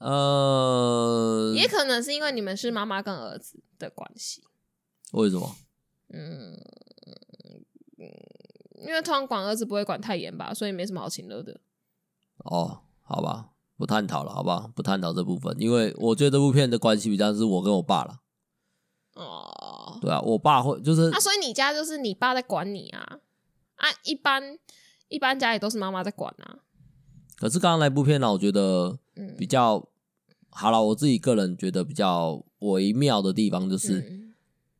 Speaker 1: 呃，
Speaker 2: 也可能是因为你们是妈妈跟儿子的关系。
Speaker 1: 为什么？
Speaker 2: 嗯，因为通常管儿子不会管太严吧，所以没什么好亲热的。
Speaker 1: 哦，好吧，不探讨了，好不好？不探讨这部分，因为我觉得这部片的关系比较是我跟我爸了。
Speaker 2: 哦，
Speaker 1: 对啊，我爸会就是
Speaker 2: 啊，所以你家就是你爸在管你啊，啊，一般一般家里都是妈妈在管啊。
Speaker 1: 可是刚刚那部片呢，我觉得
Speaker 2: 嗯
Speaker 1: 比较好了。我自己个人觉得比较微妙的地方就是，
Speaker 2: 嗯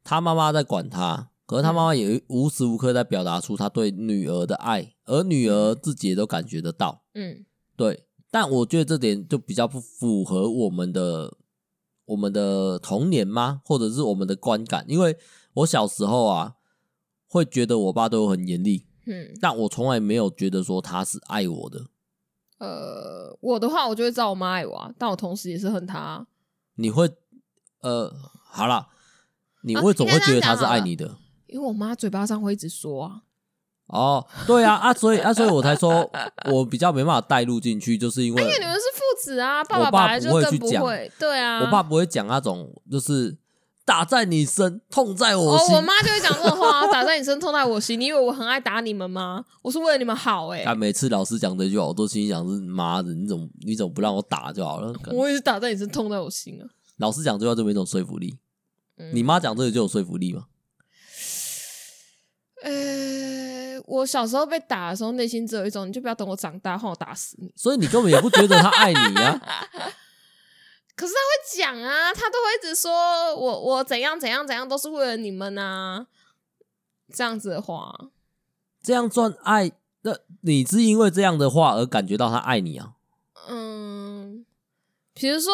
Speaker 1: 他妈妈在管他，可是他妈妈也无时无刻在表达出他对女儿的爱，而女儿自己也都感觉得到。
Speaker 2: 嗯
Speaker 1: 对，但我觉得这点就比较不符合我们的我们的童年吗？或者是我们的观感？因为我小时候啊，会觉得我爸对我很严厉，
Speaker 2: 嗯，
Speaker 1: 但我从来没有觉得说他是爱我的。
Speaker 2: 呃，我的话我就会知道我妈爱我啊，但我同时也是恨她啊、
Speaker 1: 你会呃，好啦，你
Speaker 2: 啊
Speaker 1: 为什么会觉得
Speaker 2: 应该这样
Speaker 1: 他
Speaker 2: 讲
Speaker 1: 是爱你的？
Speaker 2: 因为我妈嘴巴上会一直说啊，
Speaker 1: 哦，对啊，啊，所以啊，所以我才 说我比较没办法带入进去，就是因为
Speaker 2: 哎因为你们是父子啊，爸
Speaker 1: 我
Speaker 2: 爸
Speaker 1: 爸
Speaker 2: 本来就
Speaker 1: 不会
Speaker 2: 更
Speaker 1: 去
Speaker 2: 不
Speaker 1: 讲
Speaker 2: 会，对啊，
Speaker 1: 我爸不会讲那种就是打在你身，痛在我
Speaker 2: 哦，
Speaker 1: 心
Speaker 2: 我，妈就会讲这种话、啊打在你身，痛在我心。你以为我很爱打你们吗？我是为了你们好哎、
Speaker 1: 啊，每次老师讲这句话，我都心里想是妈的，你怎么你怎么不让我打就好了？
Speaker 2: 我也是打在你身，痛在我心啊。
Speaker 1: 老师讲这句话就没一种说服力，
Speaker 2: 嗯
Speaker 1: 你妈讲这个就有说服力吗？
Speaker 2: 呃、我小时候被打的时候，内心只有一种，你就不要等我长大，换我打死你。
Speaker 1: 所以你根本也不觉得他爱你 啊，
Speaker 2: 可是他会讲啊，他都会一直说我我怎样怎样怎样，都是为了你们啊。这样子的话，啊
Speaker 1: 这样算爱？那你是因为这样的话而感觉到他爱你啊？
Speaker 2: 嗯，比如说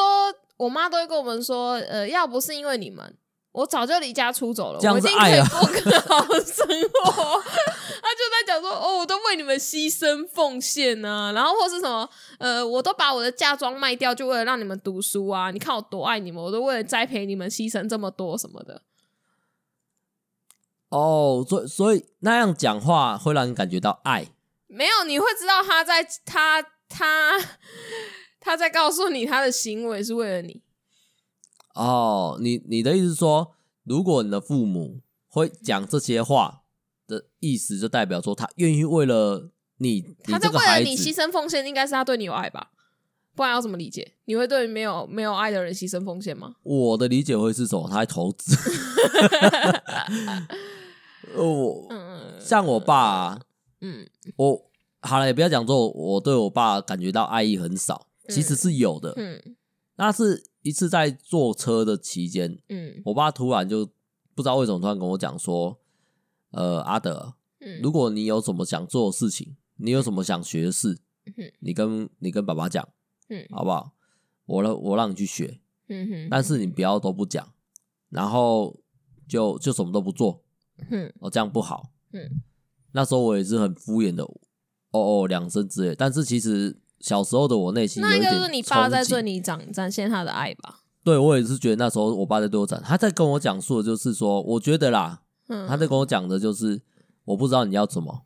Speaker 2: 我妈都会跟我们说，呃，要不是因为你们，我早就离家出走了，
Speaker 1: 这样
Speaker 2: 我一
Speaker 1: 是
Speaker 2: 定可
Speaker 1: 爱
Speaker 2: 以
Speaker 1: 啊
Speaker 2: 过更好的生活。她就在讲说，哦，我都为你们牺牲奉献啊，然后或是什么，呃，我都把我的嫁妆卖掉，就为了让你们读书啊。你看我多爱你们，我都为了栽培你们牺牲这么多什么的。
Speaker 1: 哦，所以所以那样讲话会让你感觉到爱，
Speaker 2: 没有，你会知道她在她她她在告诉你她的行为是为了你。
Speaker 1: 哦，你你的意思是说，如果你的父母会讲这些话的意思，就代表说他愿意为了你，你
Speaker 2: 他在
Speaker 1: 这个
Speaker 2: 为了
Speaker 1: 孩
Speaker 2: 你牺
Speaker 1: 子，
Speaker 2: 牲奉献，应该是他对你有爱吧？不然要怎么理解？你会对没有没有爱的人牺牲奉献吗？
Speaker 1: 我的理解会是什么？他在投资。呃我
Speaker 2: 嗯
Speaker 1: 像我爸、啊，
Speaker 2: 嗯
Speaker 1: 我好了，也不要讲说我对我爸感觉到爱意很少，其实是有的，
Speaker 2: 嗯
Speaker 1: 那是一次在坐车的期间，
Speaker 2: 嗯
Speaker 1: 我爸突然就不知道为什么突然跟我讲说，呃，阿德，
Speaker 2: 嗯，
Speaker 1: 如果你有什么想做的事情，你有什么想学的事
Speaker 2: 嗯，
Speaker 1: 你跟你跟爸爸讲，
Speaker 2: 嗯
Speaker 1: 好不好？我让我让你去学，
Speaker 2: 嗯哼，
Speaker 1: 但是你不要都不讲，然后就就什么都不做，
Speaker 2: 嗯
Speaker 1: 哦，这样不好。
Speaker 2: 嗯，
Speaker 1: 那时候我也是很敷衍的，哦哦两声之类。但是其实小时候的我内心有
Speaker 2: 那
Speaker 1: 一
Speaker 2: 应
Speaker 1: 点
Speaker 2: 该就是你爸在
Speaker 1: 憧憬
Speaker 2: 对你展展现他的爱吧？
Speaker 1: 对我也是觉得那时候我爸在对我讲，他在跟我讲述的就是说，我觉得啦，
Speaker 2: 嗯，
Speaker 1: 他在跟我讲的就是，我不知道你要什么，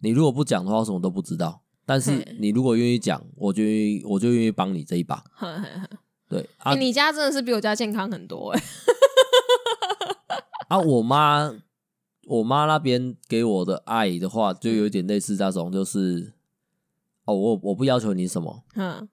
Speaker 1: 你如果不讲的话，我什么都不知道。但是
Speaker 2: 嘿
Speaker 1: 你如果愿意讲，我就愿意，我就愿意帮你这一把。
Speaker 2: 嘿嘿嘿
Speaker 1: 对啊
Speaker 2: 欸你家真的是比我家健康很多哎、
Speaker 1: 啊，我妈我妈那边给我的爱的话，就有一点类似那种，就是哦，我我不要求你什么，
Speaker 2: 嗯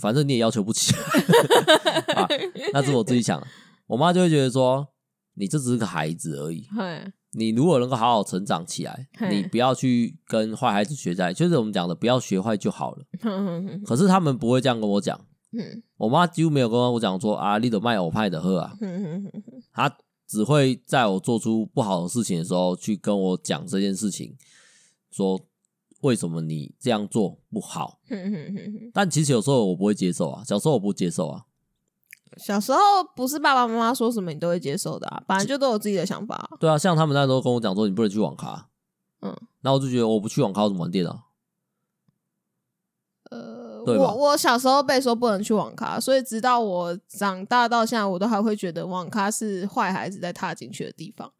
Speaker 1: 反正你也要求不 起啊，那是我自己想的。我妈就会觉得说，你这只是个孩子而已，
Speaker 2: 嘿，
Speaker 1: 你如果能够好好成长起来，
Speaker 2: 嘿
Speaker 1: 你不要去跟坏孩子学在，就是我们讲的不要学坏就好了。
Speaker 2: 嗯
Speaker 1: 可是他们不会这样跟我讲，
Speaker 2: 嗯
Speaker 1: 我妈几乎没有跟我讲说啊，你得卖偶派的喝啊，
Speaker 2: 嗯
Speaker 1: 她只会在我做出不好的事情的时候去跟我讲这件事情，说为什么你这样做不好。
Speaker 2: 嗯，
Speaker 1: 但其实有时候我不会接受啊，小时候我不接受啊，
Speaker 2: 小时候不是爸爸妈妈说什么你都会接受的啊，本来就都有自己的想法、啊。
Speaker 1: 对啊，像他们那时候跟我讲说你不能去网咖，
Speaker 2: 嗯，
Speaker 1: 那我就觉得我不去网咖我怎么玩电脑？
Speaker 2: 呃，
Speaker 1: 对吧
Speaker 2: 我我小时候被说不能去网咖，所以直到我长大到现在，我都还会觉得网咖是坏孩子在踏进去的地方。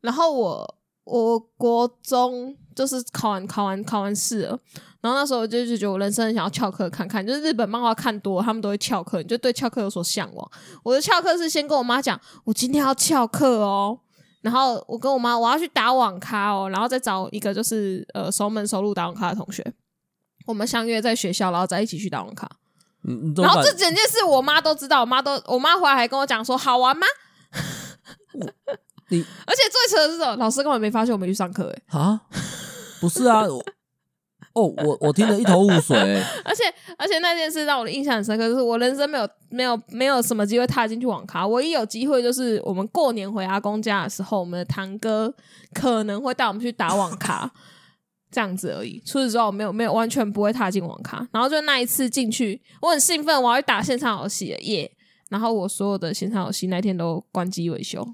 Speaker 2: 然后我我国中就是考完考完考完试了，然后那时候我就就觉得我人生很想要翘课看看，就是日本漫画看多了，他们都会翘课，你就对翘课有所向往。我的翘课是先跟我妈讲，我今天要翘课哦。然后我跟我妈，我要去打网咖哦，然后再找一个就是呃熟门熟路打网咖的同学，我们相约在学校，然后再一起去打网咖。
Speaker 1: 你你怎
Speaker 2: 然
Speaker 1: 么
Speaker 2: 后
Speaker 1: 办
Speaker 2: 这整件事我妈都知道，我妈都我妈回来还跟我讲说好玩吗？
Speaker 1: 你
Speaker 2: 而且最扯的是什么，老师根本没发现我们去上课、欸，
Speaker 1: 啊？不是啊，我哦，我我听得一头雾水、欸。
Speaker 2: 而且而且那件事让我的印象很深刻，就是我人生没有没有没有什么机会踏进去网咖，唯一有机会就是我们过年回阿公家的时候，我们的堂哥可能会带我们去打网咖，这样子而已。除此之外，我没有没有完全不会踏进网咖。然后就那一次进去，我很兴奋，我要去打线上游戏了耶。然后我所有的线上游戏那天都关机维修，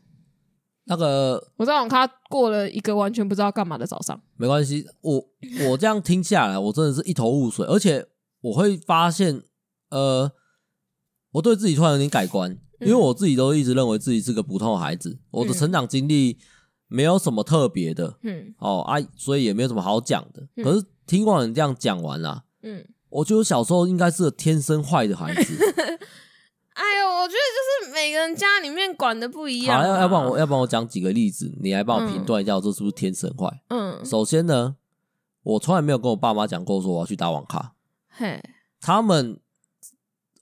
Speaker 1: 那个
Speaker 2: 我在网咖过了一个完全不知道干嘛的早上。
Speaker 1: 没关系，我我这样听下来，我真的是一头雾水，而且我会发现，呃，我对自己突然有点改观，因为我自己都一直认为自己是个普通的孩子，我的成长经历没有什么特别的
Speaker 2: 嗯
Speaker 1: 哦啊，所以也没有什么好讲的。
Speaker 2: 嗯
Speaker 1: 可是听完你这样讲完啦、
Speaker 2: 嗯，
Speaker 1: 我觉得我小时候应该是个天生坏的孩子。
Speaker 2: 哎呦，我觉得就是每个人家里面管的不一样
Speaker 1: 好，
Speaker 2: 啊、
Speaker 1: 要要不然我要不然我讲几个例子，你来帮我评断一下，我这是不是天生坏？
Speaker 2: 嗯
Speaker 1: 首先呢，我从来没有跟我爸妈讲过说我要去打网咖，
Speaker 2: 嘿
Speaker 1: 他们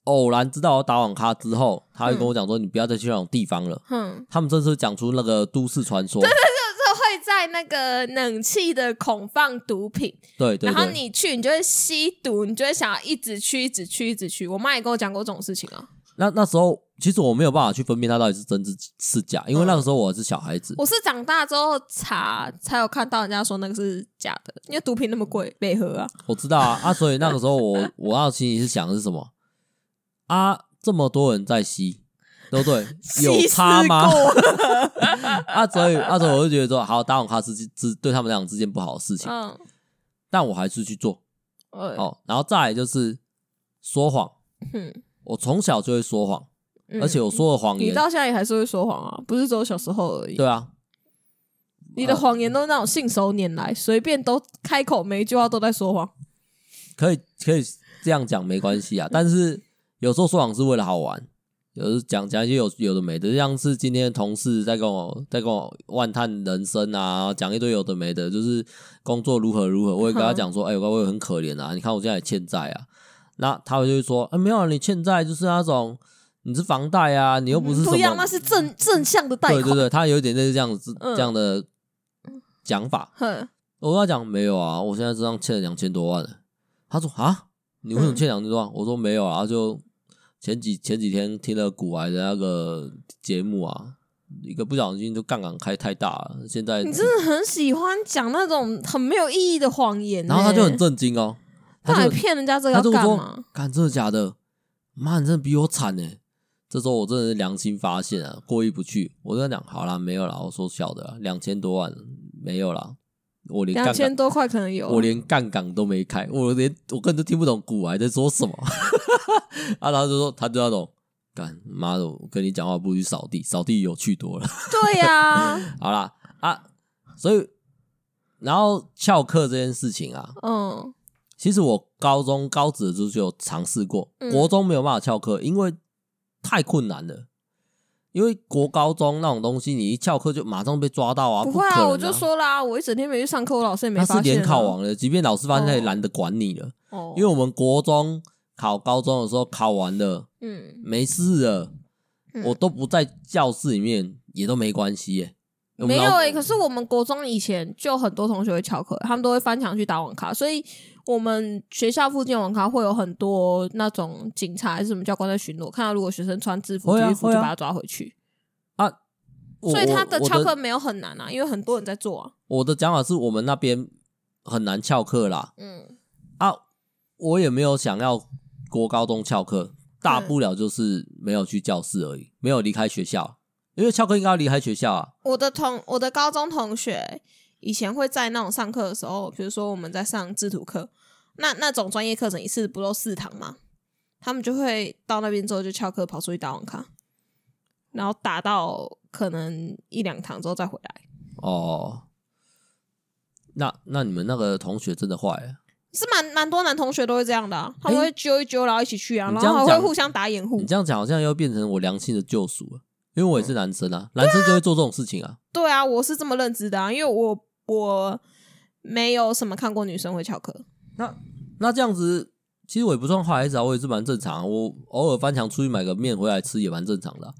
Speaker 1: 偶然知道我打网咖之后，他会跟我讲说你不要再去那种地方了。
Speaker 2: 哼，
Speaker 1: 他们这次讲出那个都市传说，
Speaker 2: 这会在那个冷气的孔放毒品，
Speaker 1: 对对
Speaker 2: 然后
Speaker 1: 对，
Speaker 2: 你去，你就会吸毒，你就会想要一直去，一直去，一直去。我妈也跟我讲过这种事情啊，
Speaker 1: 那那时候其实我没有办法去分辨它到底是真是是假，因为
Speaker 2: 嗯
Speaker 1: 那个时候我还是小孩子。
Speaker 2: 我是长大之后查才有看到人家说那个是假的，因为毒品那么贵，没喝啊。
Speaker 1: 我知道啊，啊，所以那个时候我 我要心里是想的是什么啊？这么多人在吸，对不对？有差吗？
Speaker 2: 吸食 过
Speaker 1: 啊，所以啊，所以我就觉得说，好，打网咖是是对他们俩之间不好的事情，
Speaker 2: 嗯，
Speaker 1: 但我还是去做
Speaker 2: 哦，
Speaker 1: 哦。然后再来就是说谎，
Speaker 2: 嗯
Speaker 1: 我从小就会说谎，
Speaker 2: 嗯
Speaker 1: 而且我说的谎
Speaker 2: 你
Speaker 1: 言，
Speaker 2: 到现在也还是会说谎啊，不是只有小时候而已。
Speaker 1: 对啊，
Speaker 2: 你的谎言都那种信手拈来，随便都开口，每一句话都在说谎。
Speaker 1: 可以可以这样讲没关系啊，但是有时候说谎是为了好玩，有时候讲讲一些有有的没的，就像是今天的同事在跟我在跟我万叹人生啊，讲一堆有的没的，就是工作如何如何，我也跟
Speaker 2: 嗯
Speaker 1: 他讲说，哎、我我很可怜啊，你看我现在也欠债啊，那他们就会说，哎、没有啊，你欠债就是那种你是房贷啊，你又不是什么，
Speaker 2: 嗯一样，那是正正向的贷
Speaker 1: 对
Speaker 2: 款。
Speaker 1: 对对，他有一点类似这样子、
Speaker 2: 嗯
Speaker 1: 这样的讲法，
Speaker 2: 哼，
Speaker 1: 我哦跟他讲没有啊，我现在身
Speaker 2: 嗯
Speaker 1: 上欠了两千多万了。他说啊，你为什么欠两千多万？我说没有啊，就前几前几天听了古玩的那个节目啊，一个不小心就杠杆开太大了，现在
Speaker 2: 你真的很喜欢讲那种很没有意义的谎言、
Speaker 1: 然后他就很，震惊哦，
Speaker 2: 他
Speaker 1: 他
Speaker 2: 还
Speaker 1: 就
Speaker 2: 骗人家这个
Speaker 1: 他
Speaker 2: 要
Speaker 1: 就
Speaker 2: 干
Speaker 1: 说
Speaker 2: 嘛？：“
Speaker 1: 干真的假的？妈，你真的比我惨呢！”这时候我真的是良心发现啊，过意不去。我跟他讲，好啦，没有啦，我说小的啦，两千多万没有啦，我连
Speaker 2: 两
Speaker 1: 杠
Speaker 2: 千
Speaker 1: 杆
Speaker 2: 多块可能有，
Speaker 1: 我连杠杆都没开，我连我根本就听不懂古玩在说什么。 啊，然后就说他就那种，干妈的，我跟你讲话不如去扫地，扫地有趣多了。
Speaker 2: 对呀、
Speaker 1: 好啦啊，所以然后翘课这件事情啊，
Speaker 2: 嗯，
Speaker 1: 其实我高中高职的时候就有尝试过，
Speaker 2: 嗯
Speaker 1: 国中没有办法翘课，因为太困难了。因为国高中那种东西，你一翘课就马上被抓到啊！
Speaker 2: 不
Speaker 1: 不
Speaker 2: 会
Speaker 1: 可能啊，
Speaker 2: 我就说啦，我一整天没去上课，我老师也没
Speaker 1: 他
Speaker 2: 发现、
Speaker 1: 是
Speaker 2: 啊。
Speaker 1: 联考王了，即便老师发现他也
Speaker 2: 哦
Speaker 1: 懒得管你了。
Speaker 2: 哦，
Speaker 1: 因为我们国中考高中的时候考完了，
Speaker 2: 嗯，
Speaker 1: 没事了，
Speaker 2: 嗯
Speaker 1: 我都不在教室里面，也都没关系耶。我们
Speaker 2: 没有
Speaker 1: 老
Speaker 2: 诶、可是我们国中以前就很多同学会翘课，他们都会翻墙去打网咖，所以我们学校附近的网咖会有很多那种警察还是什么教官在巡逻，看到如果学生穿制服、
Speaker 1: 会啊
Speaker 2: 军服
Speaker 1: 会啊
Speaker 2: 就把他抓回去。
Speaker 1: 我
Speaker 2: 所以他的
Speaker 1: 我
Speaker 2: 翘课没有很难啊，因为很多人在做啊。
Speaker 1: 我的讲法是我们那边很难翘课啦，
Speaker 2: 嗯，
Speaker 1: 啊，我也没有想要国高中翘课，大不了就是没有去教室而已，没有离开学校，因为翘课应该要离开学校啊。
Speaker 2: 我的同我的高中同学以前会在那种上课的时候，比如说我们在上制图课，那那种专业课程一次不都四堂吗？他们就会到那边之后就翘课跑出去打网咖，然后打到可能一两堂之后再回来。
Speaker 1: 哦，那那你们那个同学真的坏了，
Speaker 2: 是蛮蛮多男同学都会这样的、啊，他们
Speaker 1: 诶
Speaker 2: 会揪一揪，然后一起去啊，
Speaker 1: 你
Speaker 2: 然
Speaker 1: 这样
Speaker 2: 后还
Speaker 1: 讲
Speaker 2: 会互相打掩护
Speaker 1: 你。这样讲好像又变成我良心的救赎了，因为我也
Speaker 2: 嗯
Speaker 1: 是男生啊，男生就会做这种事情啊。
Speaker 2: 对啊，我是这么认知的啊，因为我我没有什么看过女生会翘课。
Speaker 1: 那那这样子，其实我也不算坏孩子啊，我也是蛮正常啊、我偶尔翻墙出去买个面回来吃也蛮正常的啊、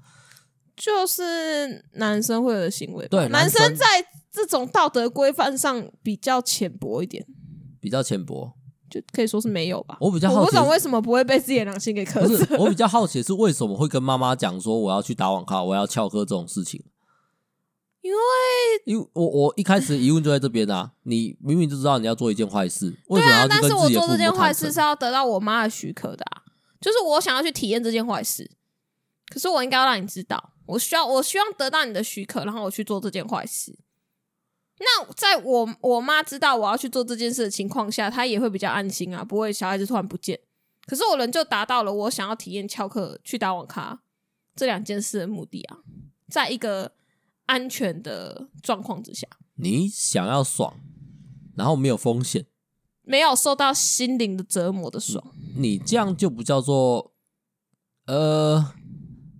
Speaker 2: 就是男生会有的行为吧。
Speaker 1: 对
Speaker 2: 男
Speaker 1: 男生
Speaker 2: 在这种道德规范上比较浅薄一点，
Speaker 1: 比较浅薄。
Speaker 2: 就可以说是没有吧。
Speaker 1: 我比较好奇
Speaker 2: 我不懂
Speaker 1: 是
Speaker 2: 为什么不会被自己的良心给
Speaker 1: 不
Speaker 2: 克制。
Speaker 1: 是，我比较好奇是为什么会跟妈妈讲说我要去打网咖，我要翘课这种事情。
Speaker 2: 因为
Speaker 1: 因为我我一开始疑问就在这边啊，你明明就知道你要做一件坏事，为什么要
Speaker 2: 啊但
Speaker 1: 去跟
Speaker 2: 是我
Speaker 1: 自己的
Speaker 2: 做
Speaker 1: 父母
Speaker 2: 这件坏
Speaker 1: 坦
Speaker 2: 事
Speaker 1: 诚
Speaker 2: 是？要得到我妈的许可的、啊，就是我想要去体验这件坏事，可是我应该要让你知道，我需要我希望得到你的许可，然后我去做这件坏事。那在我我妈知道我要去做这件事的情况下，她也会比较安心啊，不会小孩子突然不见。可是我人就达到了我想要体验翘课、去打网咖这两件事的目的啊，在一个安全的状况之下，
Speaker 1: 你想要爽，然后没有风险，
Speaker 2: 没有受到心灵的折磨的爽。
Speaker 1: 你这样就不叫做呃，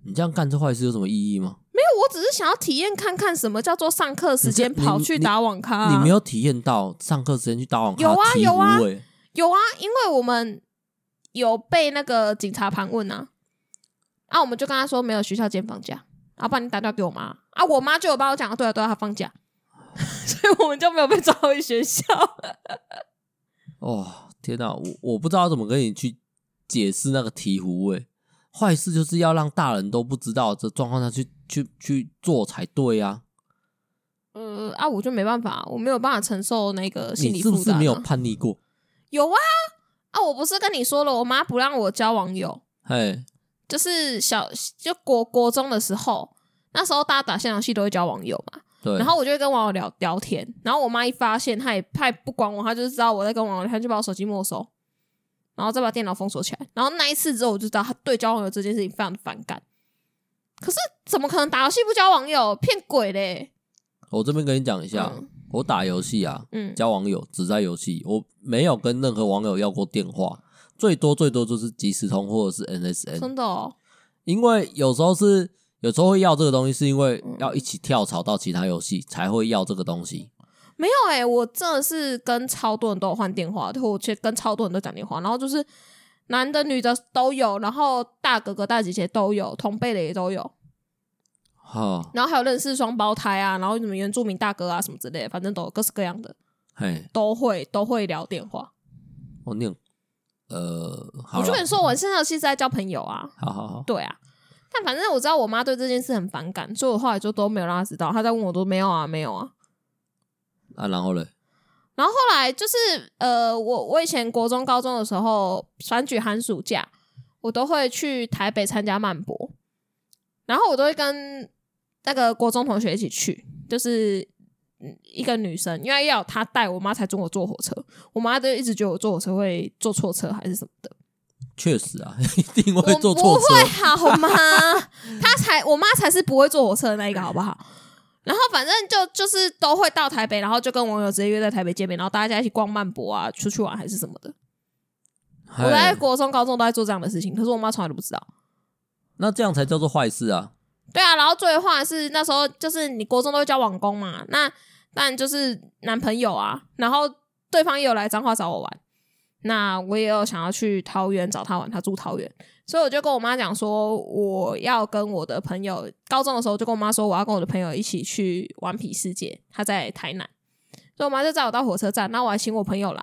Speaker 1: 你这样干这坏事有什么意义吗？
Speaker 2: 我只是想要体验看看什么叫做上课时间
Speaker 1: 你这
Speaker 2: 跑去打网咖、啊
Speaker 1: 你没有体验到上课时间去打网咖欸
Speaker 2: 有啊
Speaker 1: 醍
Speaker 2: 有啊
Speaker 1: 醐味
Speaker 2: 有啊？因为我们有被那个警察盘问啊，啊，我们就跟他说没有学校间放假，啊，不然你打电话给我妈啊，我妈就有帮我讲，对啊对啊，她放假， 所以我们就没有被抓回学校。
Speaker 1: 哦，天哪、我我不知道怎么跟你去解释那个醍醐味。坏事就是要让大人都不知道这状况下去去去做才对啊。
Speaker 2: 呃啊，我就没办法，我没有办法承受那个心
Speaker 1: 你
Speaker 2: 理
Speaker 1: 是
Speaker 2: 负
Speaker 1: 不
Speaker 2: 担、啊。
Speaker 1: 是没有叛逆过？
Speaker 2: 有啊啊！我不是跟你说了，我妈不让我交网友，
Speaker 1: 哎，
Speaker 2: 就是小就国国中的时候，那时候大家打线上游戏都会交网友嘛，
Speaker 1: 对。
Speaker 2: 然后我就会跟网友聊聊天，然后我妈一发现，她也她也不管我，她就是知道我在跟网友聊天，就把我手机没收，然后再把电脑封锁起来。然后那一次之后，我就知道她对交网友这件事情非常的反感。可是怎么可能打游戏不交网友？骗鬼嘞！
Speaker 1: 我这边跟你讲一下，
Speaker 2: 嗯
Speaker 1: 我打游戏啊，
Speaker 2: 嗯，
Speaker 1: 交网友只在游戏，我没有跟任何网友要过电话，最多最多就是即时通或者是 NSN，
Speaker 2: 真的哦，
Speaker 1: 因为有时候是有时候会要这个东西，是因为
Speaker 2: 嗯
Speaker 1: 要一起跳槽到其他游戏才会要这个东西。
Speaker 2: 没有哎、我真的是跟超多人都有换电话，对，我去跟超多人都讲电话，然后就是男的女的都有，然后大哥哥大姐姐都有，同辈的也都有，
Speaker 1: 哈，
Speaker 2: 然后还有认识双胞胎啊，然后什么原住民大哥啊什么之类的，反正都有各式各样的，
Speaker 1: 嘿，
Speaker 2: 都会都会聊电话。
Speaker 1: 我念呃，好
Speaker 2: 我就
Speaker 1: 啦
Speaker 2: 跟你说，我身上其实在交朋友啊，
Speaker 1: 好好好，
Speaker 2: 对啊。但反正我知道我妈对这件事很反感，所以我后来就都没有让她知道。她在问我都没有啊，没有啊。
Speaker 1: 啊，然后嘞，
Speaker 2: 然后后来就是呃，我我以前国中、高中的时候，选举寒暑假，我都会去台北参加漫博，然后我都会跟那个国中同学一起去，就是嗯一个女生，因为要有她带我妈才准我坐火车，我妈就一直觉得我坐火车会坐错车还是什么的，
Speaker 1: 确实啊， 一定会
Speaker 2: 我
Speaker 1: 坐
Speaker 2: 不
Speaker 1: 错
Speaker 2: 会
Speaker 1: 车，
Speaker 2: 好 吗？她才我妈才是不会坐火车的那一个，好不好？然后反正就就是都会到台北，然后就跟网友直接约在台北见面，然后大家一起逛漫博啊，出去玩还是什么的。我在
Speaker 1: 嘿
Speaker 2: 国中、高中都在做这样的事情，可是我妈从来都不知道。
Speaker 1: 那这样才叫做坏事啊。
Speaker 2: 对啊，然后最坏是那时候就是你国中都会交网工嘛，那但就是男朋友啊，然后对方也有来彰化找我玩，那我也有想要去桃园找他玩，他住桃园，所以我就跟我妈讲说，我要跟我的朋友，高中的时候就跟我妈说，我要跟我的朋友一起去顽皮世界，他在台南，所以我妈就载我到火车站，那我还请我朋友来，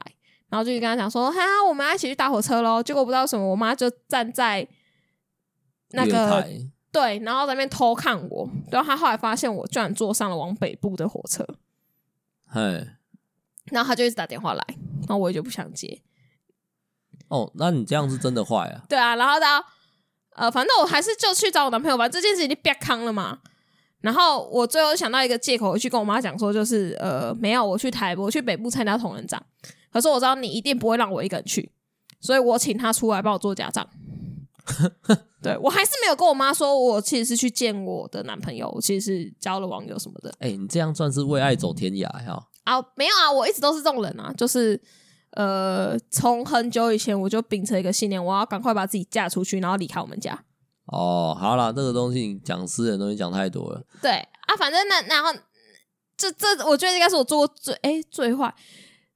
Speaker 2: 然后就跟他讲说，哈，我们要一起去搭火车喽，结果不知道为什么，我妈就站在那
Speaker 1: 月
Speaker 2: 个
Speaker 1: 台
Speaker 2: 对，然后在那边偷看我，然后他后来发现我居然坐上了往北部的火车，
Speaker 1: 嘿，
Speaker 2: 然后他就一直打电话来，然后我也就不想接。
Speaker 1: 哦，那你这样是真的坏啊。
Speaker 2: 对啊，然后到呃，反正我还是就去找我男朋友吧，这件事已经别康了嘛。然后我最后想到一个借口，我去跟我妈讲说，就是呃，没有，我去台，我去北部参加同人展，可是我知道你一定不会让我一个人去，所以我请他出来帮我做家长。对我还是没有跟我妈说，我其实是去见我的男朋友，我其实是交了网友什么的。
Speaker 1: 哎、你这样算是为爱走天涯呀、
Speaker 2: 啊，没有啊，我一直都是这种人啊，就是呃，从很久以前我就秉承一个信念，我要赶快把自己嫁出去，然后离开我们家。
Speaker 1: 哦，好啦，这个东西你讲私人东西讲太多了。
Speaker 2: 对啊，反正那然后这这，我觉得应该是我做过最哎、最坏。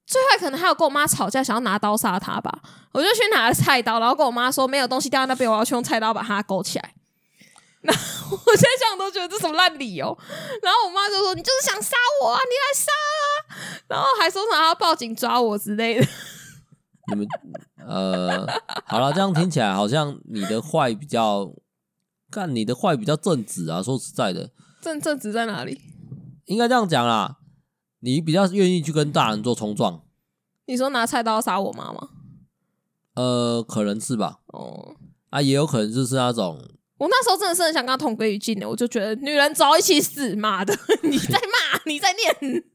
Speaker 2: 最坏可能还有跟我妈吵架，想要拿刀杀她吧，我就去拿了菜刀，然后跟我妈说没有东西掉在那边，我要去用菜刀把它勾起来。那我现在想都觉得这什么烂理由，然后我妈就说你就是想杀我啊，你来杀啊，然后还说什么她要报警抓我之类的。
Speaker 1: 你们呃，好了，这样听起来好像你的坏比较，干你的坏比较正直啊。说实在的，
Speaker 2: 正正直在哪里？
Speaker 1: 应该这样讲啦，你比较愿意去跟大人做冲撞，
Speaker 2: 你说拿菜刀杀我妈吗？
Speaker 1: 呃，可能是吧？
Speaker 2: 哦，
Speaker 1: 啊，也有可能就是那种
Speaker 2: 我那时候真的是很想跟他同归于尽的，我就觉得女人早一起死，妈的， 你在骂，你在念，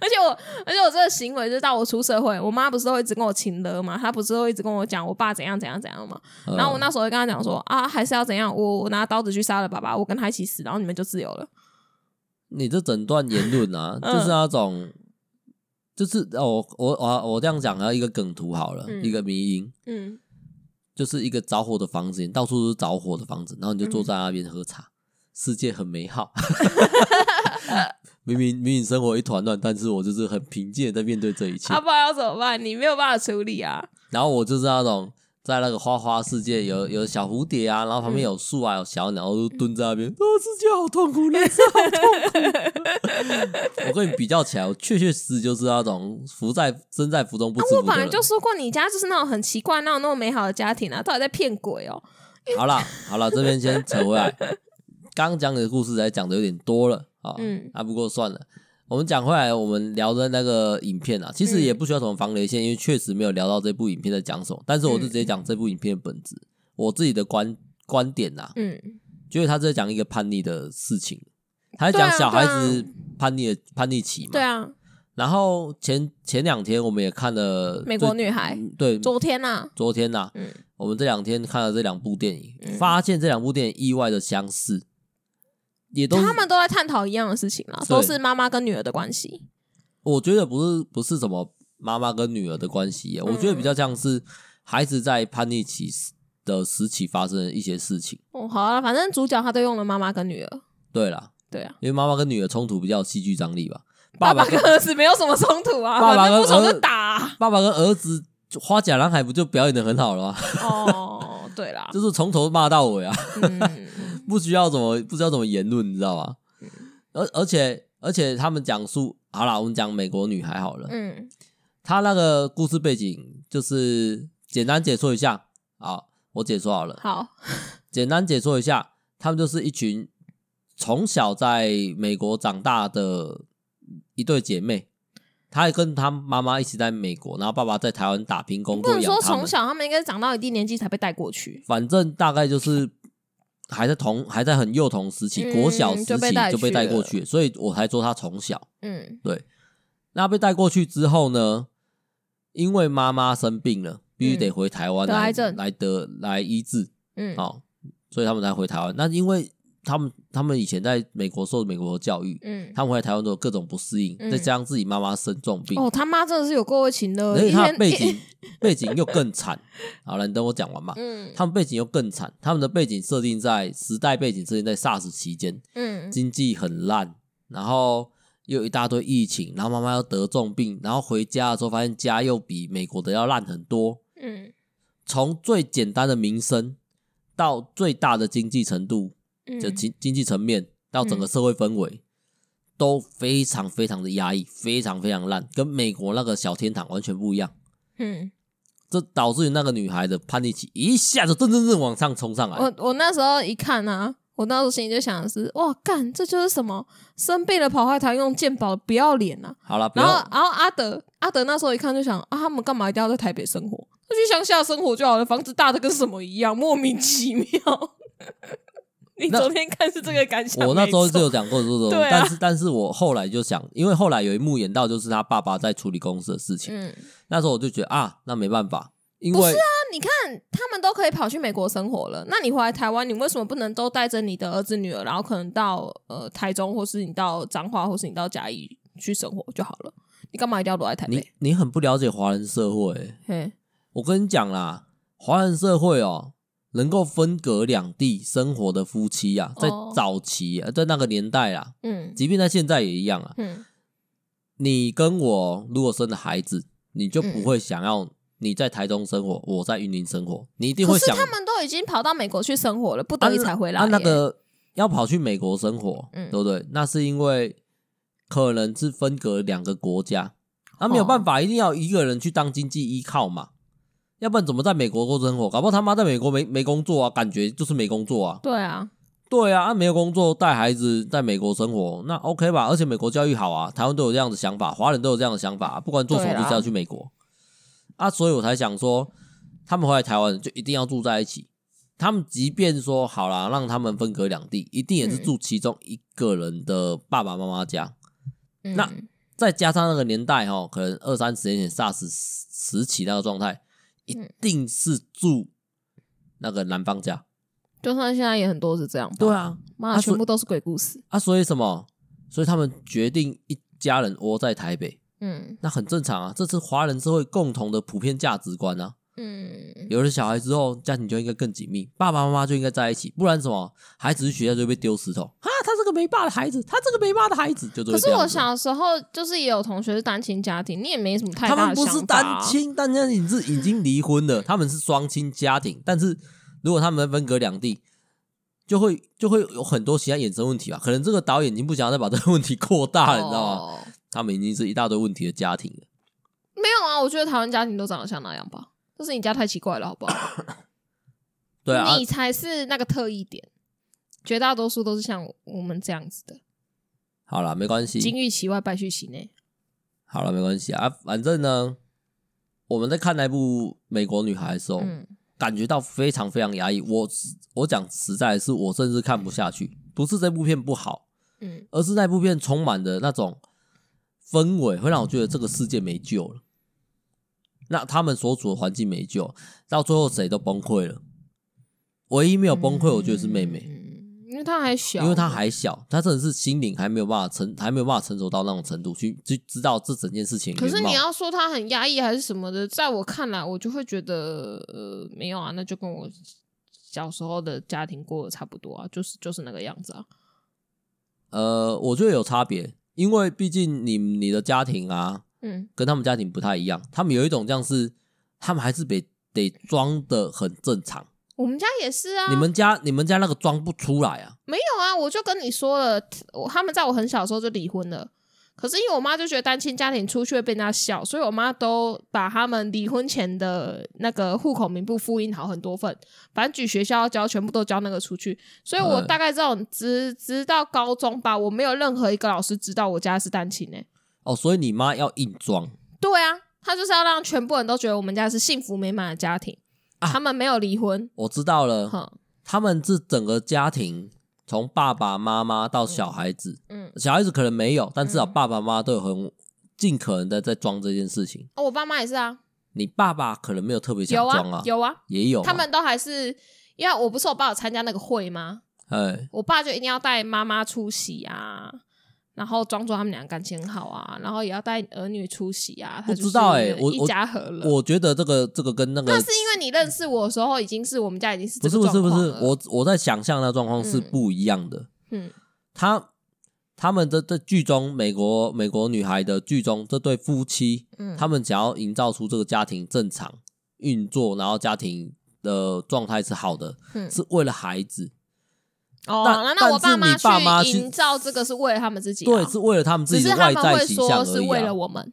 Speaker 2: 而且我，而且我这个行为，就是到我出社会，我妈不是都一直跟我亲了嘛，她不是都一直跟我讲我爸怎样怎样怎样嘛，
Speaker 1: 呃
Speaker 2: 然后我那时候就跟她讲说啊，还是要怎样，我我拿刀子去杀了爸爸，我跟他一起死，然后你们就自由了。
Speaker 1: 你这整段言论 啊，
Speaker 2: 嗯
Speaker 1: 就是那种，就是哦，我我我这样讲啊，一个梗图好了，
Speaker 2: 嗯
Speaker 1: 一个迷因，
Speaker 2: 嗯，
Speaker 1: 就是一个着火的房子，你到处都是着火的房子，然后你就
Speaker 2: 嗯
Speaker 1: 坐在那边喝茶，世界很美 好。明明明明生活一团乱，但是我就是很平静的在面对这一切。
Speaker 2: 啊，不然要怎么办？你没有办法处理啊。
Speaker 1: 然后我就是那种在那个花花世界有有小蝴蝶啊，然后旁
Speaker 2: 嗯
Speaker 1: 边有树啊，有小鸟，我就蹲在那边，哦，世界好痛苦，人生好痛 苦。我跟你比较起来，我确确实实就是那种浮在身在福中不知
Speaker 2: 啊我
Speaker 1: 福的
Speaker 2: 本来
Speaker 1: 人。
Speaker 2: 就说过，你家就是那种很奇怪、那种那么美好的家庭啊，到底在骗鬼哦、
Speaker 1: 好啦，好啦，这边先扯回来，刚讲的故事才讲的有点多了啊，
Speaker 2: 嗯
Speaker 1: 啊，不过算了。我们讲回来，我们聊的那个影片啊，
Speaker 2: 嗯
Speaker 1: 其实也不需要什么防雷线，因为确实没有聊到这部影片在讲什么。但是我就直接讲这部影片的本质，我自己的观观点呐、啊，
Speaker 2: 嗯，
Speaker 1: 觉得他在讲一个叛逆的事情，他在
Speaker 2: 对啊
Speaker 1: 讲小孩
Speaker 2: 对
Speaker 1: 子
Speaker 2: 啊
Speaker 1: 叛逆的叛逆期嘛。
Speaker 2: 对。啊，
Speaker 1: 然后前前两天我们也看了
Speaker 2: 美国
Speaker 1: 最
Speaker 2: 女孩
Speaker 1: 嗯对，
Speaker 2: 昨天啊，
Speaker 1: 昨天呐、
Speaker 2: 嗯
Speaker 1: 我们这两天看了这两部电影，发现这两部电影意外的相似，也都是
Speaker 2: 他们都在探讨一样的事情啦，
Speaker 1: 对
Speaker 2: 都是妈妈跟女儿的关系。
Speaker 1: 我觉得不是不是什么妈妈跟女儿的关系耶，我觉得比较像是孩子在叛逆期时的时期发生的一些事情。
Speaker 2: 哦，好啊，反正主角他都用了妈妈跟女儿，
Speaker 1: 对啦，
Speaker 2: 对啊，
Speaker 1: 因为妈妈跟女儿冲突比较有戏剧张力吧，
Speaker 2: 爸
Speaker 1: 爸
Speaker 2: 跟
Speaker 1: 跟
Speaker 2: 儿子没有什么冲突啊，
Speaker 1: 爸爸
Speaker 2: 反正
Speaker 1: 跟
Speaker 2: 不爽
Speaker 1: 儿
Speaker 2: 就打啊、
Speaker 1: 爸爸跟儿子花甲男孩不就表演的很好了吗？
Speaker 2: 哦，对啦，
Speaker 1: 就是从头骂到尾啊。
Speaker 2: 嗯，
Speaker 1: 不需要怎么不知道怎么言论，你知道吗？而而且而且他们讲述好啦，我们讲美国女孩好了，
Speaker 2: 嗯，
Speaker 1: 她那个故事背景就是简单解说一下，好，我解说好了。
Speaker 2: 好，
Speaker 1: 简单解说一下，他们就是一群从小在美国长大的一对姐妹。她跟她妈妈一起在美国，然后爸爸在台湾打拼工
Speaker 2: 不
Speaker 1: 作
Speaker 2: 能
Speaker 1: 养
Speaker 2: 说
Speaker 1: 他
Speaker 2: 从
Speaker 1: 们。
Speaker 2: 小他们应该是长到一定年纪才被带过去，
Speaker 1: 反正大概就是还在童还在很幼童时期，
Speaker 2: 嗯
Speaker 1: 国小时期
Speaker 2: 就被带
Speaker 1: 就被带
Speaker 2: 去
Speaker 1: 过
Speaker 2: 了
Speaker 1: 去，所以我才说她从小。
Speaker 2: 嗯
Speaker 1: 那被带过去之后呢，因为妈妈生病了，必须得回台湾
Speaker 2: 嗯得
Speaker 1: 来、
Speaker 2: 癌症
Speaker 1: 来得来医治，
Speaker 2: 嗯，
Speaker 1: 哦，所以他们才回台湾。那因为他们他们以前在美国受美国的教育，
Speaker 2: 嗯，
Speaker 1: 他们回来台湾之后各种不适应，
Speaker 2: 嗯
Speaker 1: 再加上自己妈妈生重病，
Speaker 2: 哦，他妈真的是有够为情
Speaker 1: 而
Speaker 2: 的，
Speaker 1: 且
Speaker 2: 一
Speaker 1: 他的
Speaker 2: 天
Speaker 1: 背
Speaker 2: 一
Speaker 1: 景背景又更惨。好了，你等我讲完嘛。
Speaker 2: 嗯
Speaker 1: 他们背景又更惨，他们的背景设定在时代背景设定在 SARS 期间，
Speaker 2: 嗯
Speaker 1: 经济很烂，然后又有一大堆疫情，然后妈妈又得重病，然后回家的时候发现家又比美国的要烂很多。
Speaker 2: 嗯
Speaker 1: 从最简单的民生到最大的经济程度，
Speaker 2: 嗯，
Speaker 1: 就经经济层面到整个社会氛围，都非常非常的压抑，非常非常烂，跟美国那个小天堂完全不一样。
Speaker 2: 嗯，
Speaker 1: 这导致于那个女孩的叛逆期一下就噔噔噔往上冲上来。
Speaker 2: 我我那时候一看啊，我那时候心里就想的是，哇，干，这就是什么生病了跑坏台用健保，不要脸啊！
Speaker 1: 好了，不
Speaker 2: 然后
Speaker 1: 要，
Speaker 2: 然后阿德阿德那时候一看就想啊，他们干嘛一定要在台北生活？那去乡下生活就好了，房子大的跟什么一样，莫名其妙。 你
Speaker 1: 那
Speaker 2: 昨天看是这个感想，
Speaker 1: 我那时候
Speaker 2: 没
Speaker 1: 就
Speaker 2: 错
Speaker 1: 有讲过这种，
Speaker 2: 对啊
Speaker 1: 但是但是我后来就想，因为后来有一幕演到就是他爸爸在处理公司的事情，
Speaker 2: 嗯，
Speaker 1: 那时候我就觉得啊，那没办法，因
Speaker 2: 不
Speaker 1: 为
Speaker 2: 是啊那你看他们都可以跑去美国生活了，那你回来台湾，你为什么不能都带着你的儿子女儿，然后可能到呃台中，或是你到彰化，或是你到嘉义去生活就好了？你干嘛一定要躲在台
Speaker 1: 你
Speaker 2: 北？
Speaker 1: 你很不了解华人社会欸、
Speaker 2: 嘿，
Speaker 1: 我跟你讲啦，华人社会哦，能够分隔两地生活的夫妻啊，在
Speaker 2: 哦
Speaker 1: 早期、啊，在那个年代啦，
Speaker 2: 嗯
Speaker 1: 即便在现在也一样啊。
Speaker 2: 嗯
Speaker 1: 你跟我如果生了孩子，你就不
Speaker 2: 嗯
Speaker 1: 会想要你在台中生活，我在云林生活，你一定
Speaker 2: 可
Speaker 1: 会
Speaker 2: 是
Speaker 1: 想
Speaker 2: 他们都已经跑到美国去生活了，不得已才回来耶、
Speaker 1: 啊那个要跑去美国生活，
Speaker 2: 嗯
Speaker 1: 对不对？那是因为可能是分隔两个国家，那、没有办
Speaker 2: 哦
Speaker 1: 法，一定要一个人去当经济依靠嘛，要不然怎么在美国过生活？搞不好他妈在美国没没工作啊，感觉就是没工作啊。
Speaker 2: 对啊，
Speaker 1: 对啊，啊没有工作，带孩子在美国生活，那 OK 吧？而且美国教育好啊，台湾都有这样的想法，华人都有这样的想法，不管做什么
Speaker 2: 对
Speaker 1: 就
Speaker 2: 啦
Speaker 1: 是要去美国。啊，所以我才想说，他们回来台湾就一定要住在一起。他们即便说好啦，让他们分隔两地，一定也是
Speaker 2: 嗯
Speaker 1: 住其中一个人的爸爸妈妈家。
Speaker 2: 嗯
Speaker 1: 那再加上那个年代哦，可能二三十年前 SARS 时期那个状态，一
Speaker 2: 嗯
Speaker 1: 定是住那个男方家。
Speaker 2: 就算现在也很多是这样吧，
Speaker 1: 对，啊，
Speaker 2: 妈
Speaker 1: 啊
Speaker 2: 的，
Speaker 1: 所以
Speaker 2: 全部都是鬼故事，
Speaker 1: 啊，所以什么？所以他们决定一家人窝在台北，
Speaker 2: 嗯
Speaker 1: 那很正常啊，这是华人社会共同的普遍价值观啊。
Speaker 2: 嗯，
Speaker 1: 有了小孩之后，家庭就应该更紧密，爸爸妈妈就应该在一起，不然什么孩子去学校就被丢石头啊，他这个没爸的孩子，他这个没爸的孩子，就
Speaker 2: 可
Speaker 1: 这
Speaker 2: 是我
Speaker 1: 样子。
Speaker 2: 小时候就是也有同学是单亲家庭，你也没什么太
Speaker 1: 他
Speaker 2: 大
Speaker 1: 们
Speaker 2: 的
Speaker 1: 不
Speaker 2: 想
Speaker 1: 是
Speaker 2: 法啊、
Speaker 1: 单亲，单亲是已经离婚了，他们是双亲家庭，但是如果他们分隔两地。就会就会有很多其他衍生问题吧，可能这个导演已经不想要再把这个问题扩大啊了，你知道吗？
Speaker 2: 哦
Speaker 1: 他们已经是一大堆问题的家庭了。
Speaker 2: 没有啊，我觉得台湾家庭都长得像那样吧。就是你家太奇怪了，好不好？
Speaker 1: 对啊，
Speaker 2: 你才是那个特异点，绝大多数都是像我们这样子的，
Speaker 1: 嗯好了，没关
Speaker 2: 金
Speaker 1: 系，
Speaker 2: 玉其外，败絮其内。
Speaker 1: 好了，没关系啊。反正呢，我们在看那部《美国女孩》的时候，
Speaker 2: 嗯
Speaker 1: 感觉到非常非常压抑。我我讲实在的是，我甚至看不下去。不是这部片不好，
Speaker 2: 嗯
Speaker 1: 而是那部片充满的那种氛围，会让我觉得这个世界没救了。那他们所处的环境没救，到最后谁都崩溃了。唯一没有崩溃，我觉得是妹妹。
Speaker 2: 嗯，因为她还小，
Speaker 1: 因为他还小，他真的是心灵还没有办法成，还没有办法成熟到那种程度去去知道这整件事情的
Speaker 2: 可
Speaker 1: 原貌。
Speaker 2: 是你要说她很压抑还是什么的，在我看来，我就会觉得呃没有啊，那就跟我小时候的家庭过得差不多啊，就是就是那个样子啊。
Speaker 1: 呃，我觉得有差别，因为毕竟你你的家庭啊，
Speaker 2: 嗯
Speaker 1: 跟他们家庭不太一样，他们有一种这样是，他们还是得得装的很正常。
Speaker 2: 我们家也是啊，
Speaker 1: 你们家你们家那个装不出来啊，
Speaker 2: 没有啊，我就跟你说了，我他们在我很小的时候就离婚了。可是因为我妈就觉得单亲家庭出去会被人家笑，所以我妈都把他们离婚前的那个户口名簿复印好很多份，反正举学校要交全部都交那个出去。所以我
Speaker 1: 嗯
Speaker 2: 大概这种直直到高中吧，我没有任何一个老师知道我家是单亲诶、欸
Speaker 1: 哦，所以你妈要硬装
Speaker 2: 对啊，他就是要让全部人都觉得我们家是幸福美满的家庭，
Speaker 1: 啊
Speaker 2: 他们没有离婚。
Speaker 1: 我知道了，
Speaker 2: 哼，
Speaker 1: 他们是整个家庭，从爸爸妈妈到小孩子，
Speaker 2: 嗯，
Speaker 1: 小孩子可能没有，但至少爸爸妈妈都有很尽可能的在装这件事情。
Speaker 2: 哦，我爸妈也是啊，
Speaker 1: 你爸爸可能没有特别想
Speaker 2: 有
Speaker 1: 装
Speaker 2: 啊，有啊，
Speaker 1: 也有嘛
Speaker 2: 他们都还是因为我不是我爸有参加那个会吗？
Speaker 1: 哎，
Speaker 2: 我爸就一定要带妈妈出席啊，然后装作他们俩感情很好啊，然后也要带儿女出席啊。他
Speaker 1: 不
Speaker 2: 就是
Speaker 1: 知道欸我
Speaker 2: 一
Speaker 1: 我
Speaker 2: 家和乐。
Speaker 1: 我觉得这个这个跟那个
Speaker 2: 那是因为你认识我的时候，已经是我们家已经是
Speaker 1: 不
Speaker 2: 这
Speaker 1: 是
Speaker 2: 个
Speaker 1: 不是不
Speaker 2: 状
Speaker 1: 是
Speaker 2: 况，了
Speaker 1: 我我在想象的状况是
Speaker 2: 嗯
Speaker 1: 不一样的。
Speaker 2: 嗯
Speaker 1: 他他们的这剧中，美国美国女孩的剧中，这对夫妻，
Speaker 2: 嗯，
Speaker 1: 他们想要营造出这个家庭正常运作，然后家庭的状态是好的，
Speaker 2: 嗯
Speaker 1: 是为了孩子，
Speaker 2: 哦，
Speaker 1: 但
Speaker 2: 那那我
Speaker 1: 但是
Speaker 2: 妈
Speaker 1: 你爸妈
Speaker 2: 去
Speaker 1: 是
Speaker 2: 营造这个是为了他们自己啊，
Speaker 1: 对，是为了他们自
Speaker 2: 只
Speaker 1: 己的
Speaker 2: 是他
Speaker 1: 外
Speaker 2: 们
Speaker 1: 在
Speaker 2: 会
Speaker 1: 形
Speaker 2: 说
Speaker 1: 象
Speaker 2: 是
Speaker 1: 而
Speaker 2: 为
Speaker 1: 已、
Speaker 2: 了
Speaker 1: 啊。
Speaker 2: 我们。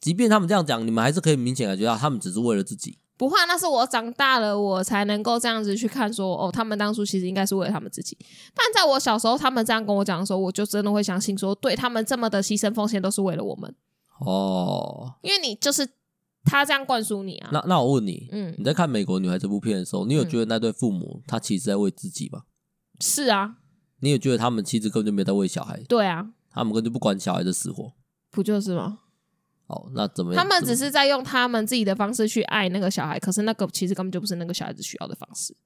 Speaker 1: 即便他们这样讲，你们还是可以明显感觉到他们只是为了自己。
Speaker 2: 不会，那是我长大了，我才能够这样子去看说，哦，他们当初其实应该是为了他们自己。但在我小时候，他们这样跟我讲的时候，我就真的会相信说，对他们这么的牺牲奉献都是为了我们，
Speaker 1: 哦，
Speaker 2: 因为你就是他这样灌输你啊。
Speaker 1: 那那我问你，
Speaker 2: 嗯，
Speaker 1: 你在看《美国女孩》这部片的时候，你有
Speaker 2: 嗯
Speaker 1: 觉得那对父母他其实在为自己吗？
Speaker 2: 是啊，
Speaker 1: 你有觉得他们其实根本就没有在为小孩，
Speaker 2: 对啊，
Speaker 1: 他们根本就不管小孩的死活。
Speaker 2: 不就是吗？
Speaker 1: 哦，那怎么样？
Speaker 2: 他们只
Speaker 1: 怎么
Speaker 2: 是在用他们自己的方式去爱那个小孩，可是那个其实根本就不是那个小孩子需要的方式。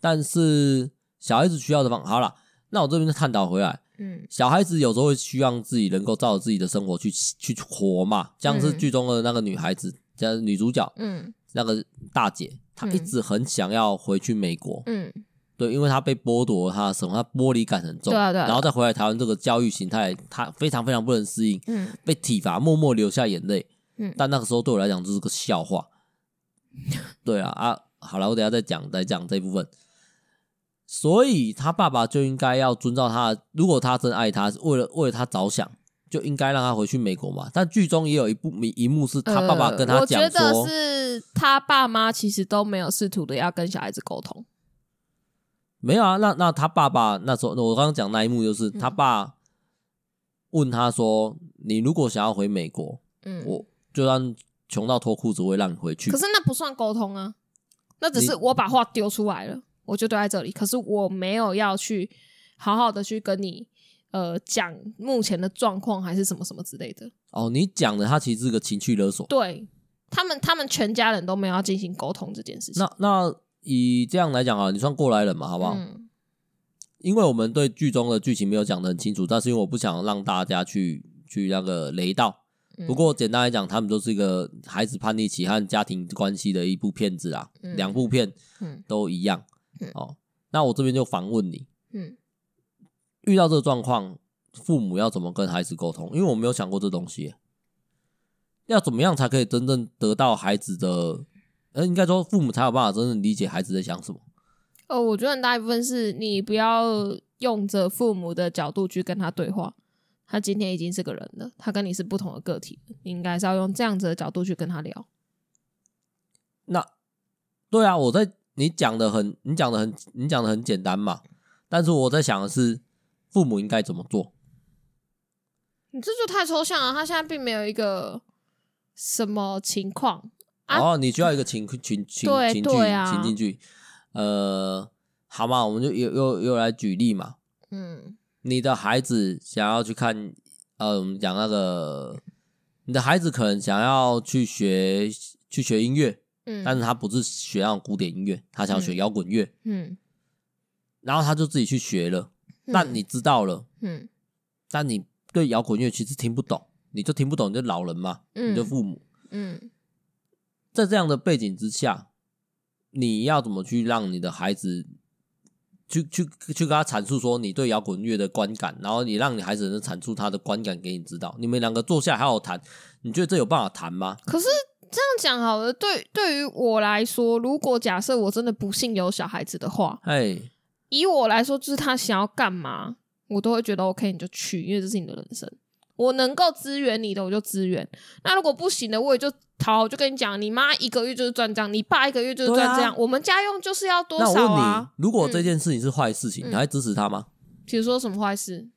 Speaker 1: 但是小孩子需要的方好啦，那我这边就探讨回来，
Speaker 2: 嗯
Speaker 1: 小孩子有时候会希望自己能够照着自己的生活去去活嘛，像是
Speaker 2: 嗯
Speaker 1: 剧中的那个女孩子，像女主角
Speaker 2: 嗯
Speaker 1: 那个大姐，她
Speaker 2: 嗯
Speaker 1: 一直很想要回去美国，
Speaker 2: 嗯，
Speaker 1: 对，因为她被剥夺了她的生活，她玻璃感很重，
Speaker 2: 对啊对啊
Speaker 1: 然后再回来台湾这个教育形态，她非常非常不能适应，
Speaker 2: 嗯，
Speaker 1: 被体罚，默默流下眼泪，
Speaker 2: 嗯
Speaker 1: 但那个时候对我来讲就是个笑 话，对啊啊，好了，我等一下再讲再讲这一部分。所以他爸爸就应该要遵照他的，如果他真爱他，为了为了他着想，就应该让他回去美国嘛。但剧中也有一部一幕是他爸爸跟
Speaker 2: 呃
Speaker 1: 他
Speaker 2: 我
Speaker 1: 讲
Speaker 2: 觉
Speaker 1: 说，
Speaker 2: 得是他爸妈其实都没有试图的要跟小孩子沟通。
Speaker 1: 没有啊，那那他爸爸那时候，那我刚刚讲那一幕就是
Speaker 2: 嗯
Speaker 1: 他爸问他说，你如果想要回美国，
Speaker 2: 嗯，
Speaker 1: 我就算穷到脱裤子，我也让你回去
Speaker 2: 可。是那不算沟通啊，那只
Speaker 1: 你
Speaker 2: 是我把话丢出来了，我就丢在这里。可是我没有要去好好的去跟你呃讲目前的状况还是什么什么之类的。
Speaker 1: 哦，你讲的他其实是个情绪勒索。
Speaker 2: 对他们，他们全家人都没有要进行沟通这件事情。
Speaker 1: 那那以这样来讲啊，你算过来人嘛，好不好？
Speaker 2: 嗯
Speaker 1: 因为我们对剧中的剧情没有讲得很清楚，但是因为我不想让大家去去那个雷到。
Speaker 2: 嗯
Speaker 1: 不过简单来讲，他们就是一个孩子叛逆期和家庭关系的一部片子啦，
Speaker 2: 嗯
Speaker 1: 两部片
Speaker 2: 嗯
Speaker 1: 都一样
Speaker 2: 嗯。
Speaker 1: 哦，那我这边就反问你，
Speaker 2: 嗯，
Speaker 1: 遇到这个状况，父母要怎么跟孩子沟通？因为我没有想过这东西，要怎么样才可以真正得到孩子的？呃，应该说父母才有办法真正理解孩子在想什么。
Speaker 2: 呃，我觉得很大一部分是你不要用着父母的角度去跟他对话。他今天已经是个人了，他跟你是不同的个体，你应该是要用这样子的角度去跟他聊。
Speaker 1: 那对啊，我在你讲的很，你讲的很，你讲的很简单嘛。但是我在想的是，父母应该怎么做？
Speaker 2: 你这就太抽象了，他现在并没有一个什么情况。啊
Speaker 1: 然后哦你需要一个情情情
Speaker 2: 对
Speaker 1: 情
Speaker 2: 对
Speaker 1: 境
Speaker 2: 啊
Speaker 1: 情境剧，呃，好嘛，我们就又又又来举例嘛。
Speaker 2: 嗯
Speaker 1: 你的孩子想要去看，呃，我们讲那个，你的孩子可能想要去学去学音乐，
Speaker 2: 嗯
Speaker 1: 但是他不是学那种古典音乐，他想要学
Speaker 2: 嗯
Speaker 1: 摇滚乐，
Speaker 2: 嗯，
Speaker 1: 然后他就自己去学了。那你知道了，
Speaker 2: 嗯
Speaker 1: 但你对摇滚乐其实听不懂，你就听不懂，你就老人嘛，
Speaker 2: 嗯
Speaker 1: 你就父母，
Speaker 2: 嗯
Speaker 1: 在这样的背景之下，你要怎么去让你的孩子去去去跟他阐述说你对摇滚乐的观感，然后你让你孩子能阐述他的观感给你知道，你们两个坐下来好好谈，你觉得这有办法谈吗？
Speaker 2: 可是这样讲好了，对对于我来说，如果假设我真的不幸有小孩子的话，
Speaker 1: 哎，
Speaker 2: 以我来说，就是他想要干嘛，我都会觉得 OK，你就去，因为这是你的人生。我能够支援你的，我就支援。那如果不行的，我也就逃。我就跟你讲，你妈一个月就是赚这样，你爸一个月就是赚这样。
Speaker 1: 对啊
Speaker 2: 我们家用就是要多
Speaker 1: 那我
Speaker 2: 少
Speaker 1: 问你
Speaker 2: 啊？，嗯
Speaker 1: 如果这件事情是坏事情，你还支持他吗？
Speaker 2: 比如说什么坏事？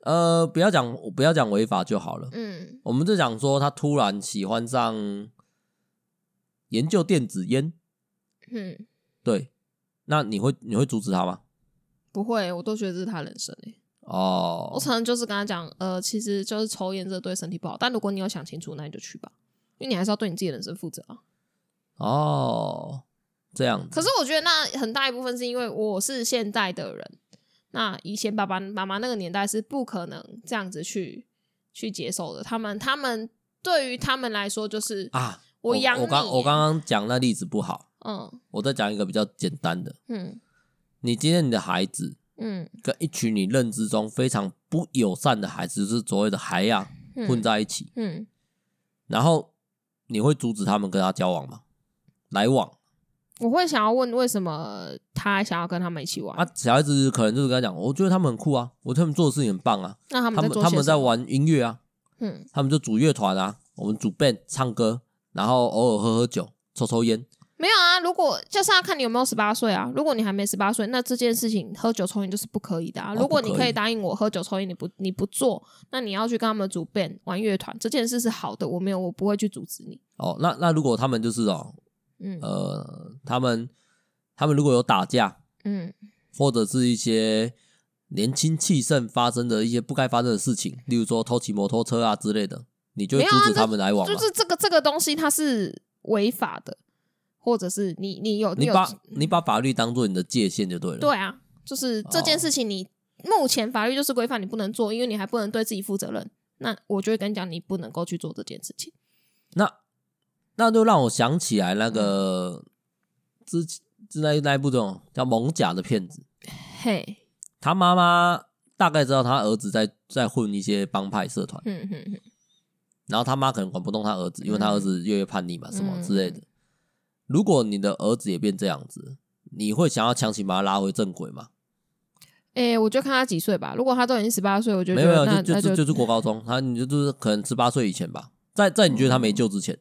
Speaker 1: 呃，不要讲不要讲违法就好了，
Speaker 2: 嗯，
Speaker 1: 我们就讲说他突然喜欢上研究电子烟，
Speaker 2: 嗯，
Speaker 1: 对，那你会你会阻止他吗？
Speaker 2: 不会，我都觉得这是他人生、欸、我
Speaker 1: 哦，
Speaker 2: 常常就是跟他讲，呃，其实就是抽烟这对身体不好，但如果你有想清楚，那你就去吧，因为你还是要对你自己的人生负责啊。
Speaker 1: 哦，这样子，
Speaker 2: 可是我觉得那很大一部分是因为我是现代的人，那以前爸爸妈妈那个年代是不可能这样子去去接受的。他们他们对于他们来说就是，
Speaker 1: 啊，
Speaker 2: 我养
Speaker 1: 我刚
Speaker 2: 你
Speaker 1: 我刚刚讲那例子不好，
Speaker 2: 嗯
Speaker 1: 我再讲一个比较简单的，
Speaker 2: 嗯
Speaker 1: 你今天你的孩子
Speaker 2: 嗯
Speaker 1: 跟一群你认知中非常不友善的孩子，就是所谓的孩呀、
Speaker 2: 嗯，
Speaker 1: 混在一起，
Speaker 2: 嗯，
Speaker 1: 然后你会阻止他们跟他交往吗？来往
Speaker 2: 我会想要问为什么他想要跟他们一起玩？
Speaker 1: 啊，小孩子可能就是跟他讲，我觉得他们很酷啊，我觉得他们做的事情很棒啊，
Speaker 2: 那他
Speaker 1: 他
Speaker 2: 们在
Speaker 1: 们
Speaker 2: 做
Speaker 1: 他
Speaker 2: 些
Speaker 1: 们
Speaker 2: 什
Speaker 1: 在
Speaker 2: 么，
Speaker 1: 玩音乐啊，
Speaker 2: 嗯
Speaker 1: 他们就组乐团啊，我们组 band 唱歌，然后偶尔喝喝酒，抽抽烟，
Speaker 2: 没有啊，如果就是要看你有没有十八岁啊。如果你还没十八岁，那这件事情喝酒抽烟就是不可以的啊。
Speaker 1: 哦
Speaker 2: 如果
Speaker 1: 不
Speaker 2: 你
Speaker 1: 可
Speaker 2: 可
Speaker 1: 以
Speaker 2: 以答应我喝酒抽烟，你不你不做，那你要去跟他们组 band 玩乐团，这件事是好的，我没有我不会去阻止你。
Speaker 1: 哦，那那如果他们就是哦，
Speaker 2: 嗯
Speaker 1: 呃，他们他们如果有打架，
Speaker 2: 嗯
Speaker 1: 或者是一些年轻气盛发生的一些不该发生的事情，例如说偷骑摩托车啊之类的，你就会
Speaker 2: 没
Speaker 1: 阻
Speaker 2: 有啊
Speaker 1: 止
Speaker 2: 这
Speaker 1: 他们来往吗？
Speaker 2: 就是这个这个东西它是违法的，或者是你你有
Speaker 1: 你
Speaker 2: 有
Speaker 1: 把你把法律当做你的界限就对了。
Speaker 2: 对啊，就是这件事情你、目前法律就是规范你不能做，因为你还不能对自己负责任。那我就会跟你讲，你不能够去做这件事情。
Speaker 1: 那那就让我想起来那个之前之那那一部这种叫蒙甲的骗子，
Speaker 2: 嘿，
Speaker 1: 他妈妈大概知道他儿子在在混一些帮派社团，
Speaker 2: 嗯嗯嗯，
Speaker 1: 然后他妈可能管不动他儿子，因为他儿子越来越叛逆嘛，什么
Speaker 2: 嗯
Speaker 1: 之类的。如果你的儿子也变这样子，你会想要强行把他拉回正轨吗？
Speaker 2: 哎、我就看他几岁吧。如果他都已经十八岁，我就
Speaker 1: 没
Speaker 2: 觉
Speaker 1: 有没有，
Speaker 2: 得那
Speaker 1: 就
Speaker 2: 那
Speaker 1: 就就是国高中，他你就就是可能十八岁以前吧，在在你觉得他没
Speaker 2: 嗯
Speaker 1: 救之前，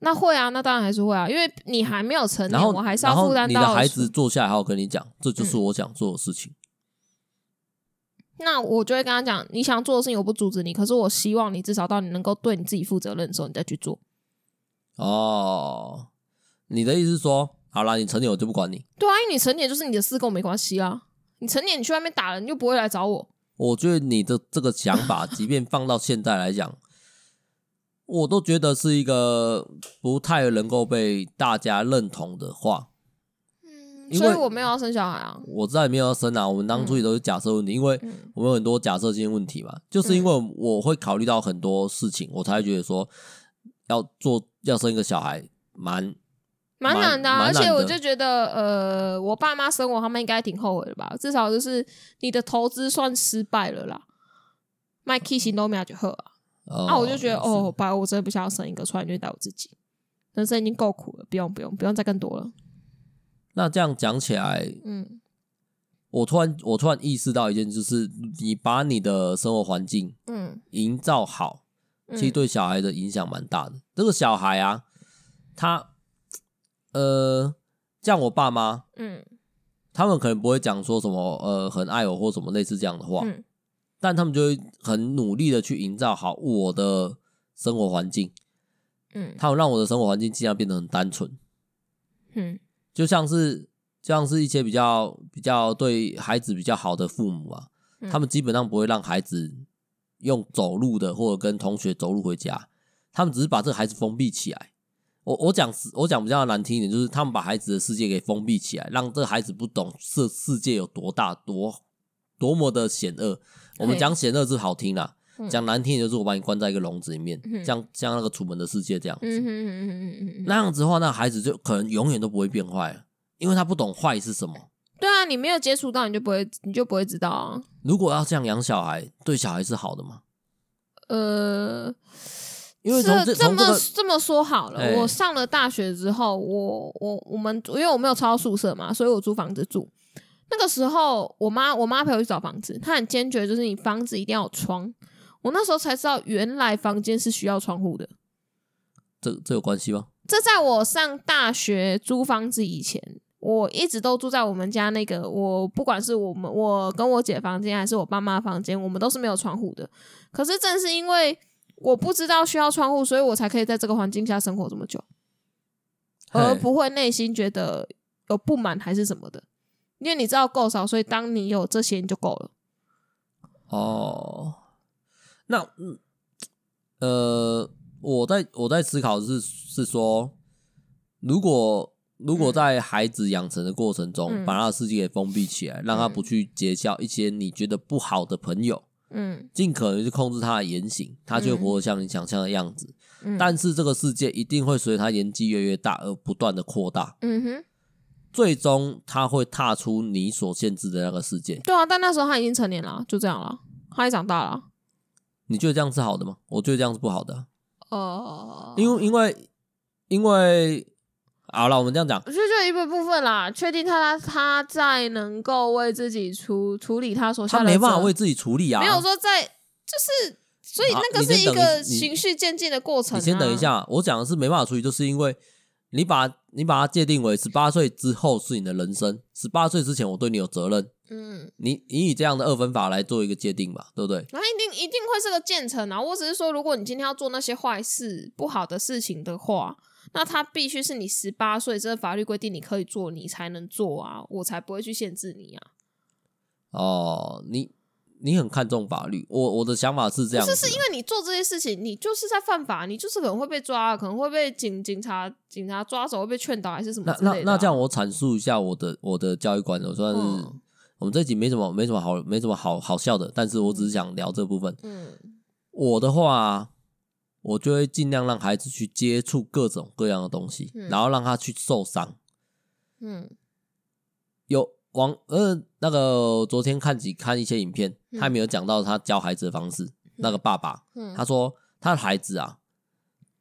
Speaker 2: 那会啊，那当然还是会啊，因为你还没有成
Speaker 1: 然
Speaker 2: 年，
Speaker 1: 后
Speaker 2: 我还嗯是
Speaker 1: 然
Speaker 2: 要
Speaker 1: 后
Speaker 2: 负担
Speaker 1: 你
Speaker 2: 到
Speaker 1: 的孩子坐下来，好好跟你讲，这就是我想做的事情。
Speaker 2: 那我就会跟他讲，你想做的事情我不阻止你，可是我希望你至少到你能够对你自己负责任的时候，你再去做。
Speaker 1: 哦，你的意思是说，好啦，你成年我就不管你。
Speaker 2: 对啊，因为你成年就是你的事，跟我没关系啊。你成年你去外面打人，你就不会来找我。
Speaker 1: 我觉得你的这个想 法，即便放到现在来讲，我都觉得是一个不太能够被大家认同的话。
Speaker 2: 嗯
Speaker 1: 因为
Speaker 2: 所以我没有要生小孩啊。
Speaker 1: 我知道也没有要生啊，我们当初也都是假设问题，因为
Speaker 2: 嗯
Speaker 1: 我们有很多假设性问题嘛，就是因为我会考虑到很多事情，我才会觉得说要做要生一个小孩蛮
Speaker 2: 蛮难的、啊，
Speaker 1: 蛮蛮
Speaker 2: 而且
Speaker 1: 难的
Speaker 2: 我就觉得，呃，我爸妈生我，他们应该挺后悔的吧？至少就是你的投资算失败了啦。卖 K 型都没有就喝啊！
Speaker 1: 呃
Speaker 2: 啊，我就觉得，哦，
Speaker 1: 是
Speaker 2: 爸，我真的不想要生一个出来虐待我自己，人生已经够苦了，不用不用不用再更多了。
Speaker 1: 那这样讲起来，
Speaker 2: 嗯
Speaker 1: 我突然我突然意识到一件，就是你把你的生活环境
Speaker 2: 嗯，
Speaker 1: 营造好，
Speaker 2: 嗯
Speaker 1: 其实对小孩的影响蛮大的。这个小孩啊，他呃，像我爸妈，
Speaker 2: 嗯
Speaker 1: 他们可能不会讲说什么呃很爱我或什么类似这样的话，
Speaker 2: 嗯
Speaker 1: 但他们就会很努力的去营造好我的生活环境，
Speaker 2: 嗯
Speaker 1: 他们让我的生活环境尽量变得很单纯，
Speaker 2: 嗯
Speaker 1: 就像是就像是一些比较比较对孩子比较好的父母啊，
Speaker 2: 嗯
Speaker 1: 他们基本上不会让孩子用走路的或者跟同学走路回家，他们只是把这个孩子封闭起来。我我讲实我讲比较难听一点，就是他们把孩子的世界给封闭起来，让这个孩子不懂世世界有多大多多么的险恶。我们
Speaker 2: 对
Speaker 1: 讲险恶是好听啦，
Speaker 2: 嗯
Speaker 1: 讲难听一点就是我把你关在一个笼子里面，
Speaker 2: 嗯
Speaker 1: 像像那个《楚门的世界》这样子。
Speaker 2: 嗯哼嗯哼嗯哼嗯哼，
Speaker 1: 那样子的话，那孩子就可能永远都不会变坏了，因为他不懂坏是什么。
Speaker 2: 对啊，你没有接触到，你就不会你就不会知道啊。
Speaker 1: 如果要这样养小孩，对小孩是好的吗？
Speaker 2: 呃，
Speaker 1: 因为从这
Speaker 2: 这
Speaker 1: 从这
Speaker 2: 么
Speaker 1: 个
Speaker 2: 这么说好了，
Speaker 1: 哎
Speaker 2: 我上了大学之后，我我我们因为我没有抄宿舍嘛，所以我租房子住。那个时候，我妈我妈陪我去找房子，她很坚决，就是你房子一定要有窗。我那时候才知道，原来房间是需要窗户的。
Speaker 1: 这这有关系吗？
Speaker 2: 这在我上大学租房子以前，我一直都住在我们家那个，我不管是我们我跟我姐房间还是我爸妈房间，我们都是没有窗户的。可是正是因为我不知道需要窗户，所以我才可以在这个环境下生活这么久，而
Speaker 1: 嘿
Speaker 2: 呃不会内心觉得有不满还是什么的。因为你知道够少，所以当你有这些你就够了。
Speaker 1: 哦，那嗯呃，我在我在思考的是是说，如果如果
Speaker 2: 嗯
Speaker 1: 在孩子养成的过程中，
Speaker 2: 嗯
Speaker 1: 把他的世界给封闭起来，让他不去结交一些你觉得不好的朋友，
Speaker 2: 嗯
Speaker 1: 尽可能去控制他的言行，他就会
Speaker 2: 嗯
Speaker 1: 活得像你想象的样子。
Speaker 2: 嗯，
Speaker 1: 但是这个世界一定会随着他年纪越来越大而不断的扩大，
Speaker 2: 嗯哼，
Speaker 1: 最终他会踏出你所限制的那个世界。
Speaker 2: 对啊，但那时候他已经成年了，啊就这样了，他也长大了。
Speaker 1: 你觉得这样是好的吗？我觉得这样是不好的啊、
Speaker 2: 哦，
Speaker 1: 因为因为因为好了，我们这样讲，
Speaker 2: 我觉得就一部部分啦，确定他他在能够为自己处处理他所下
Speaker 1: 他
Speaker 2: 的
Speaker 1: 没办法
Speaker 2: 责
Speaker 1: 为自己处理啊。
Speaker 2: 没有说在就是，所以
Speaker 1: 好
Speaker 2: 那个
Speaker 1: 你先
Speaker 2: 是一
Speaker 1: 等一
Speaker 2: 个
Speaker 1: 你
Speaker 2: 循序渐进的过程、啊。
Speaker 1: 你先等一，下，我讲的是没办法处理，就是因为你把你把它界定为十八岁之后是你的人生，十八岁之前我对你有责任，
Speaker 2: 嗯，
Speaker 1: 你你以这样的二分法来做一个界定吧，对不对？
Speaker 2: 然后一定一定会是个渐层啊。我只是说，如果你今天要做那些坏事、不好的事情的话，那它必须是你十八岁，这个法律规定你可以做，你才能做啊，我才不会去限制你啊。
Speaker 1: 哦，你你很看重法律，我我的想法是这样子，
Speaker 2: 不
Speaker 1: 啊
Speaker 2: 是，是因为你做这些事情，你就是在犯法，你就是可能会被抓，啊可能会被警警察警察抓走，会被劝导还是什么
Speaker 1: 那
Speaker 2: 之类的啊、
Speaker 1: 那那这样，我阐述一下我的我的教育观，我算是、
Speaker 2: 嗯
Speaker 1: 我们这集没什么没什么好没什么好好笑的，但是我只是想聊这部分。
Speaker 2: 嗯
Speaker 1: 我的话，我就会尽量让孩子去接触各种各样的东西，
Speaker 2: 嗯
Speaker 1: 然后让他去受伤。
Speaker 2: 嗯
Speaker 1: 有王呃，那个昨天看几看一些影片，
Speaker 2: 嗯
Speaker 1: 他没有讲到他教孩子的方式。那个爸爸
Speaker 2: 嗯，
Speaker 1: 他说，他的孩子啊，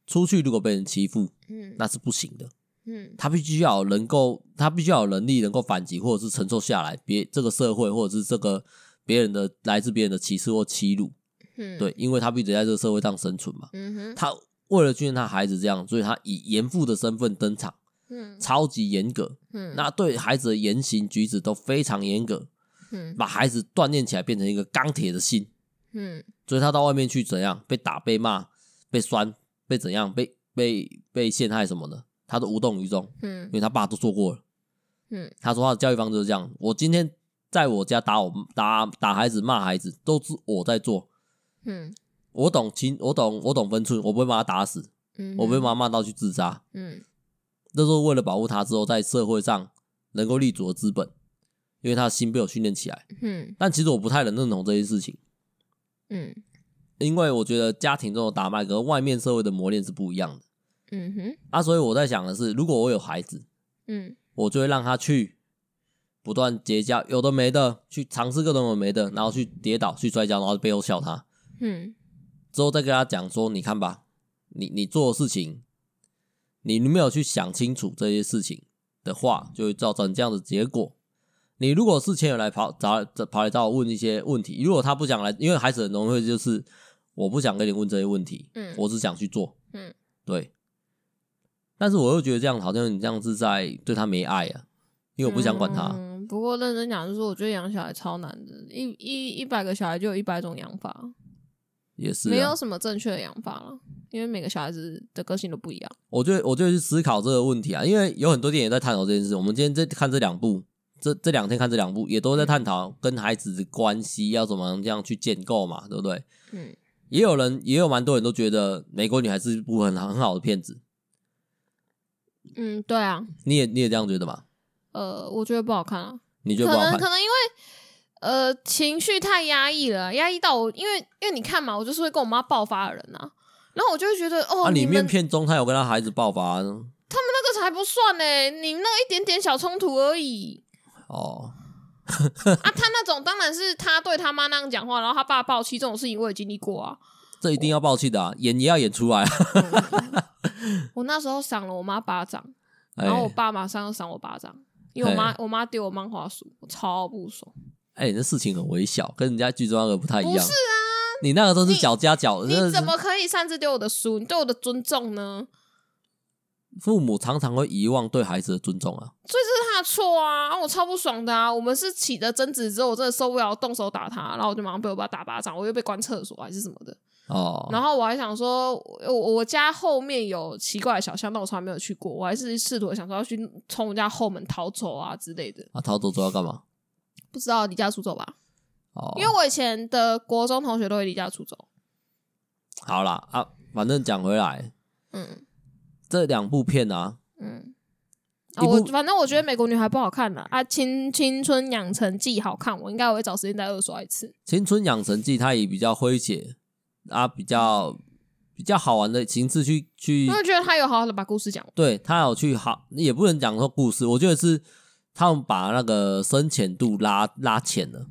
Speaker 1: 出去如果被人欺负，
Speaker 2: 嗯
Speaker 1: 那是不行的。
Speaker 2: 嗯
Speaker 1: 他必须要有能够，他必须要有能力能够反击，或者是承受下来别这个社会，或者是这个别人的来自别人的歧视或欺辱。
Speaker 2: 嗯，
Speaker 1: 对，因为他必须得在这个社会上生存嘛。
Speaker 2: 嗯哼，
Speaker 1: 他为了训练他孩子这样，所以他以严父的身份登场，
Speaker 2: 嗯
Speaker 1: 超级严格，
Speaker 2: 嗯，
Speaker 1: 那对孩子的言行举止都非常严格，
Speaker 2: 嗯
Speaker 1: 把孩子锻炼起来变成一个钢铁的心。
Speaker 2: 嗯
Speaker 1: 所以他到外面去怎样被打、被骂、被酸、被怎样、被被被陷害什么的，他都无动于衷，因
Speaker 2: 嗯
Speaker 1: 为他爸都做过了。
Speaker 2: 嗯
Speaker 1: 他说他的教育方式就是这样：我今天在我家打我打打孩子、骂孩子，都是我在做。
Speaker 2: 嗯
Speaker 1: 我懂亲，我懂，我懂分寸，我不会把他打死，
Speaker 2: 嗯，
Speaker 1: 我不会把他骂到去自杀。
Speaker 2: 嗯
Speaker 1: 这是为了保护他之后在社会上能够立足的资本，因为他的心被我训练起来。
Speaker 2: 嗯
Speaker 1: 但其实我不太能认同这些事情，
Speaker 2: 嗯
Speaker 1: 因为我觉得家庭中的打骂跟外面社会的磨练是不一样的
Speaker 2: 嗯哼
Speaker 1: 啊。所以我在想的是，如果我有孩子，
Speaker 2: 嗯
Speaker 1: 我就会让他去不断结交有的没的，去尝试各种有的没的，然后去跌倒、去摔跤，然后背后笑他，
Speaker 2: 嗯
Speaker 1: 之后再跟他讲说：“你看吧，你你做的事情，你没有去想清楚这些事情的话，就会造成这样的结果。你如果事前有来跑找找跑来找我问一些问题，如果他不想来，因为孩子很容易就是我不想跟你问这些问题，
Speaker 2: 嗯
Speaker 1: 我只想去做，
Speaker 2: 嗯，
Speaker 1: 对。但是我又觉得这样好像你这样是在对他没爱啊，因为我不想管他。
Speaker 2: 嗯，不过认真讲，就是我觉得养小孩超难的，一一一百个小孩就有一百种养法，
Speaker 1: 也是、啊，
Speaker 2: 没有什么正确的养法了，因为每个小孩子的个性都不一样。
Speaker 1: 我就我就去思考这个问题啊，因为有很多电影在探讨这件事。我们今天这看这两部，这这两天看这两部，也
Speaker 2: 嗯
Speaker 1: 都在探讨跟孩子的关系要怎么样这样去建构嘛，对不对？
Speaker 2: 嗯
Speaker 1: 也有人，也有蛮多人都觉得《美国女孩》是一部很好很好的片子，
Speaker 2: 嗯，对啊，
Speaker 1: 你也你也这样觉得吗？
Speaker 2: 呃，我觉得不好看啊，
Speaker 1: 你觉
Speaker 2: 可
Speaker 1: 得不好
Speaker 2: 能
Speaker 1: 看
Speaker 2: 可？能因为呃情绪太压抑了，压抑到我，因为因为你看嘛，我就是会跟我妈爆发的人啊，然后我就会觉得哦，
Speaker 1: 啊，
Speaker 2: 你
Speaker 1: 里面
Speaker 2: 们
Speaker 1: 片中他有跟他孩子爆发啊、
Speaker 2: 那个才不算呢，你那一点点小冲突而已
Speaker 1: 哦，
Speaker 2: 啊，他那种当然是他对他妈那样讲话，然后他爸暴气这种事情我也经历过啊，
Speaker 1: 这一定要爆气的啊，演也要演出来啊。
Speaker 2: 我那时候赏了我妈巴掌，
Speaker 1: 哎
Speaker 2: 哦然后我爸马上又赏我巴掌，因为我妈
Speaker 1: 嘿
Speaker 2: 我妈丢我漫画书，我超不爽。
Speaker 1: 哎、你的事情很微小，跟人家剧中那个不太一样。
Speaker 2: 不是啊，
Speaker 1: 你那个都是脚加脚，
Speaker 2: 你
Speaker 1: 真的是
Speaker 2: 怎么可以擅自丢我的书？你对我的尊重呢？
Speaker 1: 父母常常会遗忘对孩子的尊重啊？
Speaker 2: 所以这是他的错啊！啊我超不爽的啊！我们是起了争执之后，我真的受不了，动手打他，然后我就马上被我爸打巴掌，我又被关厕所还是什么的。
Speaker 1: 哦，
Speaker 2: 然后我还想说，我我家后面有奇怪的小巷，但我从来没有去过，我还是试图想说要去从我家后门逃走啊之类的，
Speaker 1: 啊，逃走走要干嘛？
Speaker 2: 不知道离家出走吧？
Speaker 1: 哦，
Speaker 2: 因为我以前的国中同学都会离家出走，
Speaker 1: 好啦啊，反正讲回来，
Speaker 2: 嗯
Speaker 1: 这两部片啊，
Speaker 2: 嗯。
Speaker 1: 一
Speaker 2: 啊，
Speaker 1: 部
Speaker 2: 我反正我觉得《美国女孩》不好看了啊，青青春养成记》好看，我应该我会找时间再二刷一次。
Speaker 1: 《青春养成记》它以比较诙谐啊，比较比较好玩的形式去去
Speaker 2: 因为，我觉得他有好好的把故事讲完。
Speaker 1: 对他有去好，也不能讲说故事，我觉得是他们把那个深浅度拉拉浅了。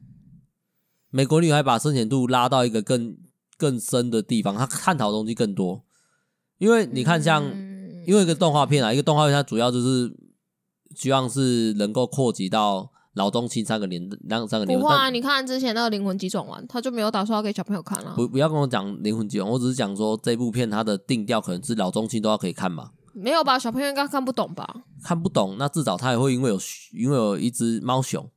Speaker 1: 美国女孩把深浅度拉到一个更更深的地方，她探讨的东西更多。因为你看像，
Speaker 2: 嗯
Speaker 1: 因为一个动画片啊，一个动画片它主要就是希望是能够扩及到老中青三个年那三个年
Speaker 2: 不
Speaker 1: 代。
Speaker 2: 会啊，
Speaker 1: 但
Speaker 2: 你看之前那个《灵魂急转弯》，他就没有打算要给小朋友看了、啊
Speaker 1: 不不要跟我讲灵魂急转弯，我只是讲说这部片它的定调可能是老中青都要可以看嘛，
Speaker 2: 没有吧？小朋友应该看不懂吧？
Speaker 1: 看不懂那至少他也会因为有因为有一只猫熊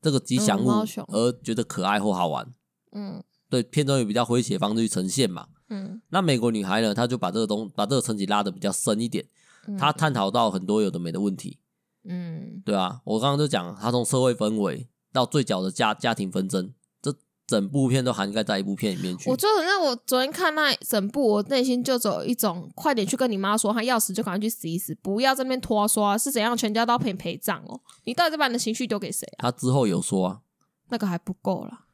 Speaker 1: 这个吉祥
Speaker 2: 嗯
Speaker 1: 物
Speaker 2: 猫熊
Speaker 1: 而觉得可爱或好玩。
Speaker 2: 嗯
Speaker 1: 对，片中有比较诙谐方式去呈现嘛。
Speaker 2: 嗯，
Speaker 1: 那美国女孩呢，她就把这个东把这个层级拉的比较深一点，
Speaker 2: 嗯
Speaker 1: 她探讨到很多有的没的问题，
Speaker 2: 嗯
Speaker 1: 对啊，我刚刚就讲，她从社会氛围到最角的家家庭纷争，这整部片都涵盖在一部片里面去。
Speaker 2: 我就那我昨天看那整部，我内心就只有一种快点去跟你妈说，她钥匙就赶快去死一死，不要这边拖刷，是怎样全家都要陪你陪葬哦？你到底在把你的情绪丢给谁啊？
Speaker 1: 她之后有说啊，
Speaker 2: 那个还不够啦，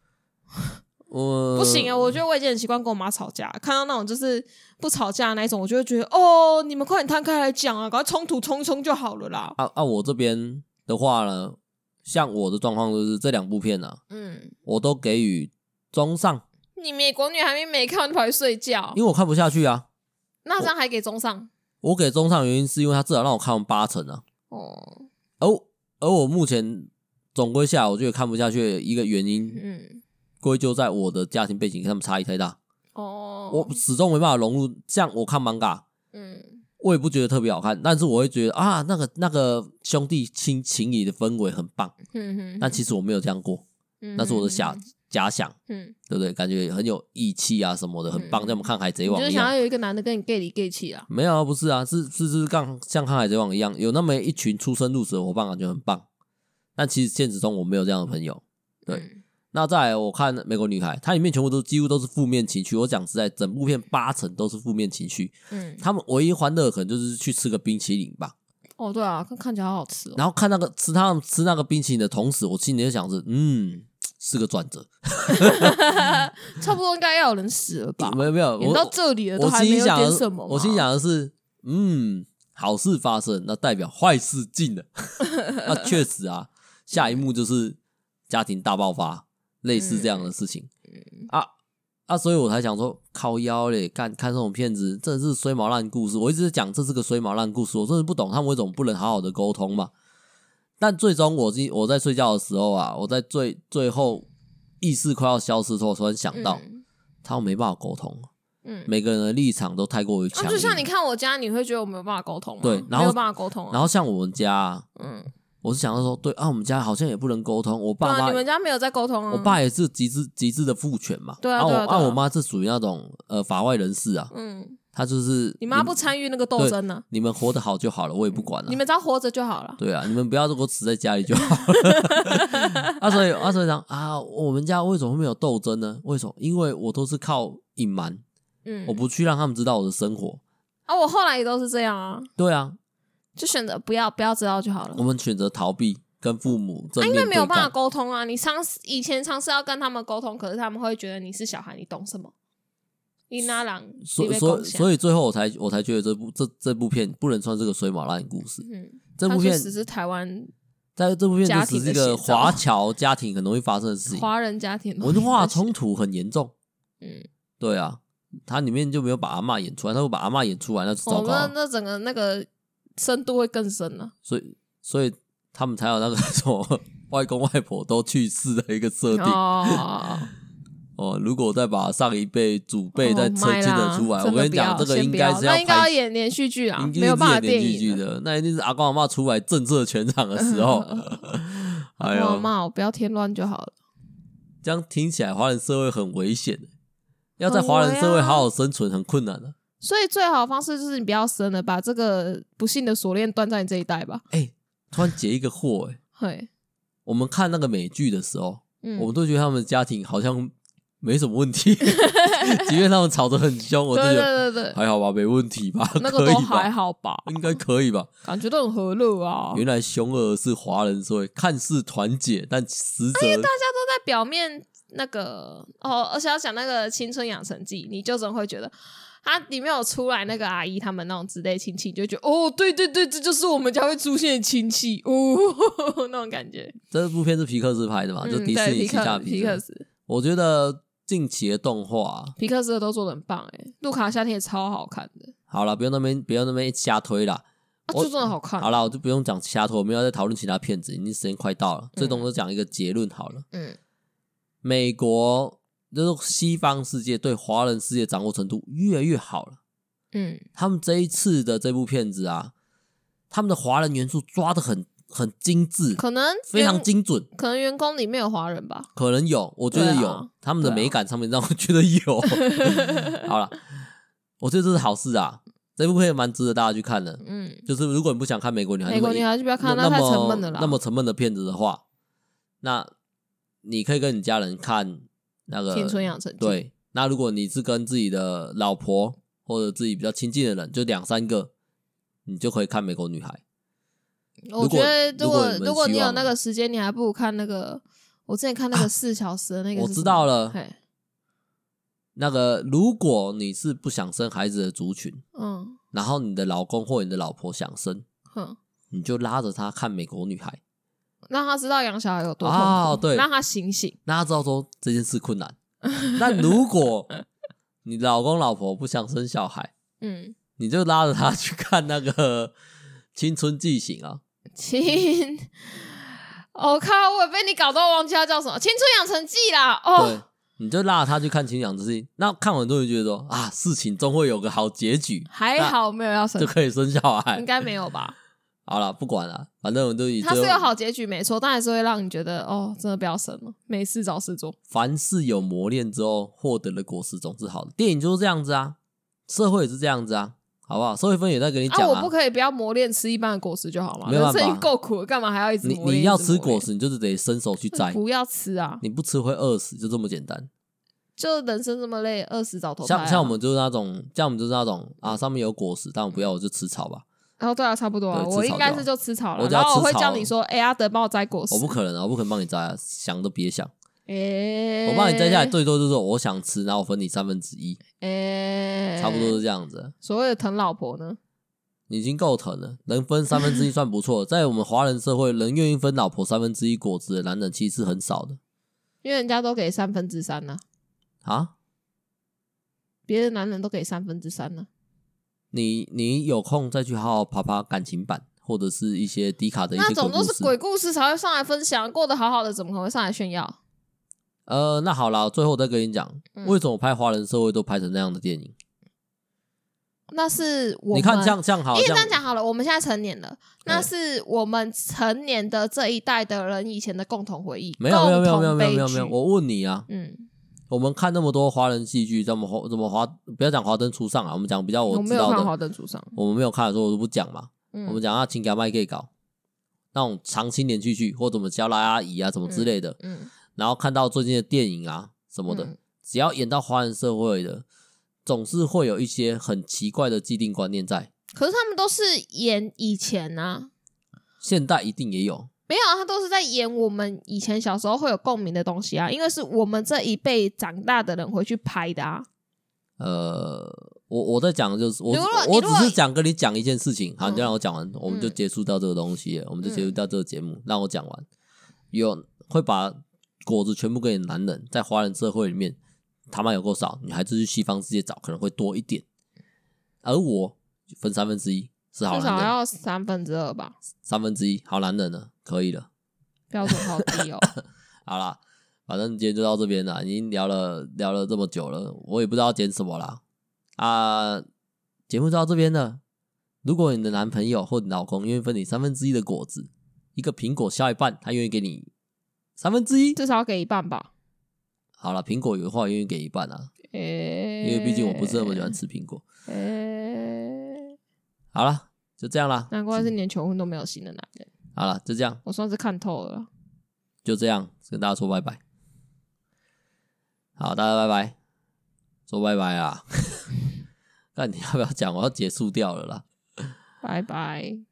Speaker 1: 我
Speaker 2: 不行啊！我觉得我已经很习惯跟我妈吵架，看到那种就是不吵架的那一种，我就会觉得哦，你们快点摊开来讲啊，赶快冲突冲一冲就好了啦。
Speaker 1: 啊啊，我这边的话呢，像我的状况就是这两部片啊，
Speaker 2: 嗯，
Speaker 1: 我都给予中上，
Speaker 2: 你美国女还没没看完就跑去睡觉，
Speaker 1: 因为我看不下去啊。
Speaker 2: 那张还给中上
Speaker 1: 我给中上的原因是因为他至少让我看完八成啊，
Speaker 2: 哦，
Speaker 1: 而我而我目前总归下来，我觉得看不下去的一个原因，
Speaker 2: 嗯
Speaker 1: 归咎在我的家庭背景跟他们差异太大，
Speaker 2: 哦，
Speaker 1: 我始终没办法融入。像我看 manga，
Speaker 2: 嗯
Speaker 1: 我也不觉得特别好看，但是我会觉得啊，那个那个兄弟亲情谊的氛围很棒。
Speaker 2: 嗯哼，
Speaker 1: 但其实我没有这样过，那是我的假假想。
Speaker 2: 嗯，
Speaker 1: 对不对？感觉很有义气啊什么的，很棒。
Speaker 2: 嗯
Speaker 1: 像我们看《海贼
Speaker 2: 你就
Speaker 1: 王
Speaker 2: 是》
Speaker 1: 一
Speaker 2: 想
Speaker 1: 样
Speaker 2: 要，有一个男的跟你 gay 里 gay 气啊，
Speaker 1: 没有啊，不是啊，是是是像像看《海贼王》一样，有那么一群出生入死的伙伴，感觉很棒。但其实现实中我没有这样的朋友。对
Speaker 2: 嗯，
Speaker 1: 那再来，我看《美国女孩》，它里面全部都几乎都是负面情绪。我讲实在，整部片八成都是负面情绪。
Speaker 2: 嗯，
Speaker 1: 他们唯一欢乐的可能就是去吃个冰淇淋吧。
Speaker 2: 哦对啊，看看起来好好吃哦，
Speaker 1: 然后看那个吃他们吃那个冰淇淋的同时，我心里就想着，嗯，是个转折。
Speaker 2: 差不多应该要有人死了吧？
Speaker 1: 没有没有，
Speaker 2: 演
Speaker 1: 我
Speaker 2: 到这里了，都
Speaker 1: 我
Speaker 2: 还没
Speaker 1: 心
Speaker 2: 有
Speaker 1: 想的
Speaker 2: 点
Speaker 1: 是
Speaker 2: 什么吗？
Speaker 1: 我心想的是，嗯，好事发生，那代表坏事尽了。 那确实啊，下一幕就是家庭大爆发，类似这样
Speaker 2: 嗯
Speaker 1: 的事情、啊啊，所以我才想说，靠腰嘞，看看这种片子，真的是衰毛烂故事。我一直讲这是个衰毛烂故事，我真的不懂他们为什么不能好好的沟通嘛。但最终我今我在睡觉的时候啊，我在最最后意识快要消失的时候，突然想到，
Speaker 2: 嗯
Speaker 1: 他们没办法沟通。啊
Speaker 2: 嗯。
Speaker 1: 每个人的立场都太过于强
Speaker 2: 啊，
Speaker 1: 硬。
Speaker 2: 就像你看我家，你会觉得我没有办法沟通吗？啊
Speaker 1: 对然后
Speaker 2: 没有办法沟通啊。
Speaker 1: 然后像我们家、啊，
Speaker 2: 嗯，
Speaker 1: 我是想到说，对啊，我们家好像也不能沟通。我
Speaker 2: 对
Speaker 1: 爸
Speaker 2: 啊，
Speaker 1: 妈，
Speaker 2: 你们家没有在沟通啊？
Speaker 1: 我爸也是极致极致的父权嘛。
Speaker 2: 对啊
Speaker 1: 我
Speaker 2: 对啊对啊
Speaker 1: 我妈是属于那种呃法外人士啊，
Speaker 2: 嗯，
Speaker 1: 她就是
Speaker 2: 你妈不参与那个斗争呢、
Speaker 1: 你们活得好就好了，我也不管了、
Speaker 2: 你们只要活着就好了。
Speaker 1: 对啊，你们不要给我死在家里就好了。 啊，所以啊，所以讲啊，我们家为什么会没有斗争呢？为什么？因为我都是靠隐瞒，
Speaker 2: 嗯，
Speaker 1: 我不去让他们知道我的生活。
Speaker 2: 啊，我后来也都是这样啊，
Speaker 1: 对啊，
Speaker 2: 就选择不要不要知道就好了
Speaker 1: 我。们选择逃避，跟父母正
Speaker 2: 啊，
Speaker 1: 面
Speaker 2: 因
Speaker 1: 对
Speaker 2: 为
Speaker 1: 抗。
Speaker 2: 没有办法沟通啊，你尝试以前尝试要跟他们沟通，可是他们会觉得你是小孩，你懂什么？你那朗，
Speaker 1: 所
Speaker 2: 你被
Speaker 1: 所
Speaker 2: 贡
Speaker 1: 以
Speaker 2: 献
Speaker 1: 所以最后我才我才觉得这部这这部片不能算是个水马烂故事，
Speaker 2: 嗯，
Speaker 1: 这
Speaker 2: 它
Speaker 1: 部
Speaker 2: 就
Speaker 1: 片
Speaker 2: 只是台湾
Speaker 1: 在这部片
Speaker 2: 家
Speaker 1: 就
Speaker 2: 庭
Speaker 1: 只
Speaker 2: 的
Speaker 1: 是一个
Speaker 2: 写照
Speaker 1: 华侨家庭很容易发生的事情，
Speaker 2: 华人家庭 的
Speaker 1: 文化冲突很严重。
Speaker 2: 嗯，
Speaker 1: 对啊，它里面就没有把阿嬷演出来，他会把阿嬷演出来那就
Speaker 2: 我
Speaker 1: 糟糕啊了。
Speaker 2: 们那整个那个深度会更深了、啊
Speaker 1: 所以所以他们才有那个什么 外公外婆都去世的一个设定哦
Speaker 2: 哦，
Speaker 1: 如果再把上一辈祖辈再
Speaker 2: 哦
Speaker 1: 测
Speaker 2: 卖
Speaker 1: 进
Speaker 2: 啦
Speaker 1: 的出来，
Speaker 2: 真
Speaker 1: 我
Speaker 2: 的
Speaker 1: 跟你讲，
Speaker 2: 不
Speaker 1: 这个
Speaker 2: 要先
Speaker 1: 应
Speaker 2: 不
Speaker 1: 该
Speaker 2: 要
Speaker 1: 是
Speaker 2: 那应该要
Speaker 1: 拍，
Speaker 2: 演连续剧啊
Speaker 1: 应，该
Speaker 2: 没有办法
Speaker 1: 是演
Speaker 2: 电
Speaker 1: 连续剧
Speaker 2: 影的。嗯
Speaker 1: 的，那一定是阿公阿妈出来震慑全场的时候。 哎
Speaker 2: 我
Speaker 1: 呦，
Speaker 2: 骂我不要添乱就好了。
Speaker 1: 这样听起来华人社会很危险，要在华人社
Speaker 2: 啊
Speaker 1: 会好好生存很困难的、
Speaker 2: 所以最好的方式就是你不要生了，把这个不幸的锁链断在你这一代吧。
Speaker 1: 哎突然结一个祸，哎，
Speaker 2: 嘿，
Speaker 1: 我们看那个美剧的时候，
Speaker 2: 嗯
Speaker 1: 我们都觉得他们家庭好像没什么问 题，即便他们吵得很凶，我都觉
Speaker 2: 对
Speaker 1: 得
Speaker 2: 对对对，
Speaker 1: 还好吧，没问题吧，
Speaker 2: 那个
Speaker 1: 可以
Speaker 2: 都还
Speaker 1: 吧，
Speaker 2: 好吧，
Speaker 1: 应该可以吧。
Speaker 2: 感觉都很和乐啊。
Speaker 1: 原来熊儿是华人社会看似团结，但实则
Speaker 2: 大家都在表面那个哦，而且要讲那个青春养成记，你就总会觉得。它里面有出来那个阿姨他们那种之类亲戚，你就觉得哦，对对对，这就是我们家会出现的亲戚哦， 那种感觉。
Speaker 1: 这部片是皮克斯拍的嘛，
Speaker 2: 嗯，
Speaker 1: 啊就
Speaker 2: 对，
Speaker 1: 迪士尼
Speaker 2: 皮
Speaker 1: 旗下
Speaker 2: 克
Speaker 1: 的
Speaker 2: 皮
Speaker 1: 皮克
Speaker 2: 克
Speaker 1: 斯。
Speaker 2: 斯，
Speaker 1: 我觉得近期的动画啊，
Speaker 2: 皮克斯的都做的很棒哎，路卡夏天也超好看的，
Speaker 1: 好了，不用那边不用那边瞎推啦。
Speaker 2: 啊，
Speaker 1: 我
Speaker 2: 就真的好看。
Speaker 1: 好啦，我就不用讲瞎推，我们要再讨论其他片子，已经时间快到了，最终就讲一个结论好了。
Speaker 2: 嗯，
Speaker 1: 美国就是西方世界对华人世界掌握程度越来越好了。
Speaker 2: 嗯
Speaker 1: 他们这一次的这部片子啊，他们的华人元素抓的很很精致，
Speaker 2: 可能
Speaker 1: 非常
Speaker 2: 员
Speaker 1: 精准。
Speaker 2: 可能员工里面有华人吧。
Speaker 1: 可能有，我觉得
Speaker 2: 对
Speaker 1: 有，
Speaker 2: 啊
Speaker 1: 他们的
Speaker 2: 对啊
Speaker 1: 美感上面让我觉得 有。 好了，我觉得这是好事啊，这部片蛮值得大家去看的。
Speaker 2: 嗯，
Speaker 1: 就是如果你不想看美国女孩，
Speaker 2: 美国
Speaker 1: 那么
Speaker 2: 女孩就不要看，
Speaker 1: 那
Speaker 2: 太
Speaker 1: 么
Speaker 2: 沉闷了啦。
Speaker 1: 那么沉闷的片子的话，那你可以跟你家人看那个
Speaker 2: 青春养成记，
Speaker 1: 对，那如果你是跟自己的老婆或者自己比较亲近的人，就两三个，你就可以看美国女孩。
Speaker 2: 我
Speaker 1: 如
Speaker 2: 觉
Speaker 1: 果
Speaker 2: 得如
Speaker 1: 如果
Speaker 2: 果
Speaker 1: 你们
Speaker 2: 如果
Speaker 1: 希
Speaker 2: 你有
Speaker 1: 望
Speaker 2: 那个时间，你还不如看那个。我之前看那个四小时的那个、
Speaker 1: 我知道了
Speaker 2: 嘿，
Speaker 1: 那个，如果你是不想生孩子的族群，
Speaker 2: 嗯
Speaker 1: 然后你的老公或你的老婆想生，
Speaker 2: 哼，
Speaker 1: 你就拉着他看美国女孩，
Speaker 2: 让他知道养小孩有多痛苦，
Speaker 1: 哦对
Speaker 2: 让他醒醒。
Speaker 1: 让他知道说这件事 困难。那如果你老公老婆不想生小孩，
Speaker 2: 嗯，
Speaker 1: 你就拉着他去看那个《青春记醒》啊，
Speaker 2: 亲，我、靠，我也被你搞到忘记他叫什么《青春养成记》啦。
Speaker 1: 对
Speaker 2: 哦，，
Speaker 1: 你就拉着他去看《青养之心》，那看完之后就觉得说啊，事情终会有个好结局，
Speaker 2: 还
Speaker 1: 那
Speaker 2: 好没有要生
Speaker 1: 就，可以生小
Speaker 2: 应
Speaker 1: 孩。
Speaker 2: 该没有吧？
Speaker 1: 好了，不管了，反正我就以
Speaker 2: 它是
Speaker 1: 最
Speaker 2: 有
Speaker 1: 后
Speaker 2: 好结局没错，但还是会让你觉得哦，真的不要生了，没事找事做。
Speaker 1: 凡事有磨练之后获得的果实总是好的。电影就是这样子啊，社会也是这样子啊，好不好？社会分也在跟你讲
Speaker 2: 啊，我不可以不要磨练吃一般的果实就好吗？
Speaker 1: 没有办
Speaker 2: 人
Speaker 1: 法
Speaker 2: 生已经够苦了，干嘛还要一直
Speaker 1: 你
Speaker 2: 磨
Speaker 1: 你
Speaker 2: 练？
Speaker 1: 要
Speaker 2: 一直
Speaker 1: 吃
Speaker 2: 磨练
Speaker 1: 果，实，你就是得伸手去摘，
Speaker 2: 不要吃啊！
Speaker 1: 你不吃会饿死，就这么简单。
Speaker 2: 就人生这么累，饿死早投胎啊、嗯
Speaker 1: 像像我们就是那种，像我们就是那种啊，上面有果实，但我不要，我就吃草吧。
Speaker 2: 哦，对啊，差不多啊，
Speaker 1: 对
Speaker 2: 我
Speaker 1: 吃草
Speaker 2: 应该是就吃草了，
Speaker 1: 我只要
Speaker 2: 然后我
Speaker 1: 吃
Speaker 2: 会
Speaker 1: 草
Speaker 2: 叫你说，哎、阿德帮我摘果实，
Speaker 1: 我不，可能啊，我不可能帮你摘啊，想都别想。
Speaker 2: 哎、
Speaker 1: 我帮你摘下来，，最多就是我想吃，然后我分你三分之一，
Speaker 2: 哎、
Speaker 1: 差不多是。这样子。啊
Speaker 2: 所谓的疼老婆呢，
Speaker 1: 你已经够疼了，能分三分之一算不错。 在我们华人社会，能愿意分老婆三分之一果子的男人其实是很少的
Speaker 2: 因为人家都给三分之三呢、
Speaker 1: 啊。
Speaker 2: 别的男人都给三分之三呢、
Speaker 1: 你你有空再去好好爬爬感情版，或者是一些迪卡的一
Speaker 2: 那
Speaker 1: 些
Speaker 2: 种
Speaker 1: 鬼
Speaker 2: 都
Speaker 1: 故
Speaker 2: 是
Speaker 1: 事。
Speaker 2: 鬼故事才会上来分享，过得好好的怎么可能会上来炫耀？
Speaker 1: 呃，那好啦，最后再跟你讲，
Speaker 2: 嗯
Speaker 1: 为什么拍华人社会都拍成那样的电影？
Speaker 2: 那是我
Speaker 1: 你看
Speaker 2: 们
Speaker 1: 这样这样好，
Speaker 2: 因为
Speaker 1: 这
Speaker 2: 这样
Speaker 1: 样
Speaker 2: 讲好了，我们现在成年了，那
Speaker 1: 哎
Speaker 2: 是我们成年的这一代的人以前的共同回忆，
Speaker 1: 没有没有
Speaker 2: 共
Speaker 1: 没有
Speaker 2: 同
Speaker 1: 没有没有
Speaker 2: 悲
Speaker 1: 没有没有，
Speaker 2: 剧
Speaker 1: 我问你啊，
Speaker 2: 嗯，
Speaker 1: 我们看那么多华人戏剧，怎么华怎么华不要讲华灯初上啊，我们讲比较
Speaker 2: 我
Speaker 1: 知
Speaker 2: 没有
Speaker 1: 道
Speaker 2: 看《
Speaker 1: 的
Speaker 2: 华，灯初上》，
Speaker 1: 我们没有看的时候我就不讲嘛。我们
Speaker 2: 嗯
Speaker 1: 讲啊，情感麦可以搞那种长青连续剧或怎么教拉阿姨啊，怎么之类的。
Speaker 2: 嗯，
Speaker 1: 然后看到最近的电影啊什么的，
Speaker 2: 嗯
Speaker 1: 只要演到华人社会的，总是会有一些很奇怪的既定观念在。
Speaker 2: 可是他们都是演以前啊，
Speaker 1: 现代一定也有，
Speaker 2: 没有啊，他都是在演我们以前小时候会有共鸣的东西啊，因为是我们这一辈长大的人回去拍的啊，
Speaker 1: 呃，我我在讲的就是我
Speaker 2: 如果你
Speaker 1: 我
Speaker 2: 如
Speaker 1: 只
Speaker 2: 果
Speaker 1: 是想跟你讲一件事情，好，
Speaker 2: 嗯
Speaker 1: 你就让我讲完，我们就
Speaker 2: 嗯
Speaker 1: 结束掉这个东西了，我们就结束掉这个节目，让我讲完。有会把果子全部给你男人，在华人社会里面，他妈有够少，女孩子去西方世界找可能会多一点，而我分三分之一，是好
Speaker 2: 至
Speaker 1: 男
Speaker 2: 少
Speaker 1: 人，
Speaker 2: 要三分之二吧，
Speaker 1: 三分之一好男人了，可以了。
Speaker 2: 标准好低哦。
Speaker 1: 好啦，反正今天就到这边啦，已经聊了聊了这么久了，我也不知道剪什么啦。啊，节目就到这边了。如果你的男朋友或你老公愿意分你三分之一的果子，一个苹果削一半，他愿意给你三分之一。
Speaker 2: 至少要给一半吧。
Speaker 1: 好了，苹果有的话愿意给一半啊，因
Speaker 2: 诶、
Speaker 1: 为毕竟我不是那么喜欢吃苹果。
Speaker 2: 诶、
Speaker 1: 好了，就这样啦。
Speaker 2: 难怪是连求婚都没有心的男人，
Speaker 1: 好了，就这样，
Speaker 2: 我算是看透了啦。
Speaker 1: 就这样，跟大家说拜拜。好，大家拜拜，说拜 拜啊！那你要不要讲？我要结束掉了啦。
Speaker 2: 拜拜。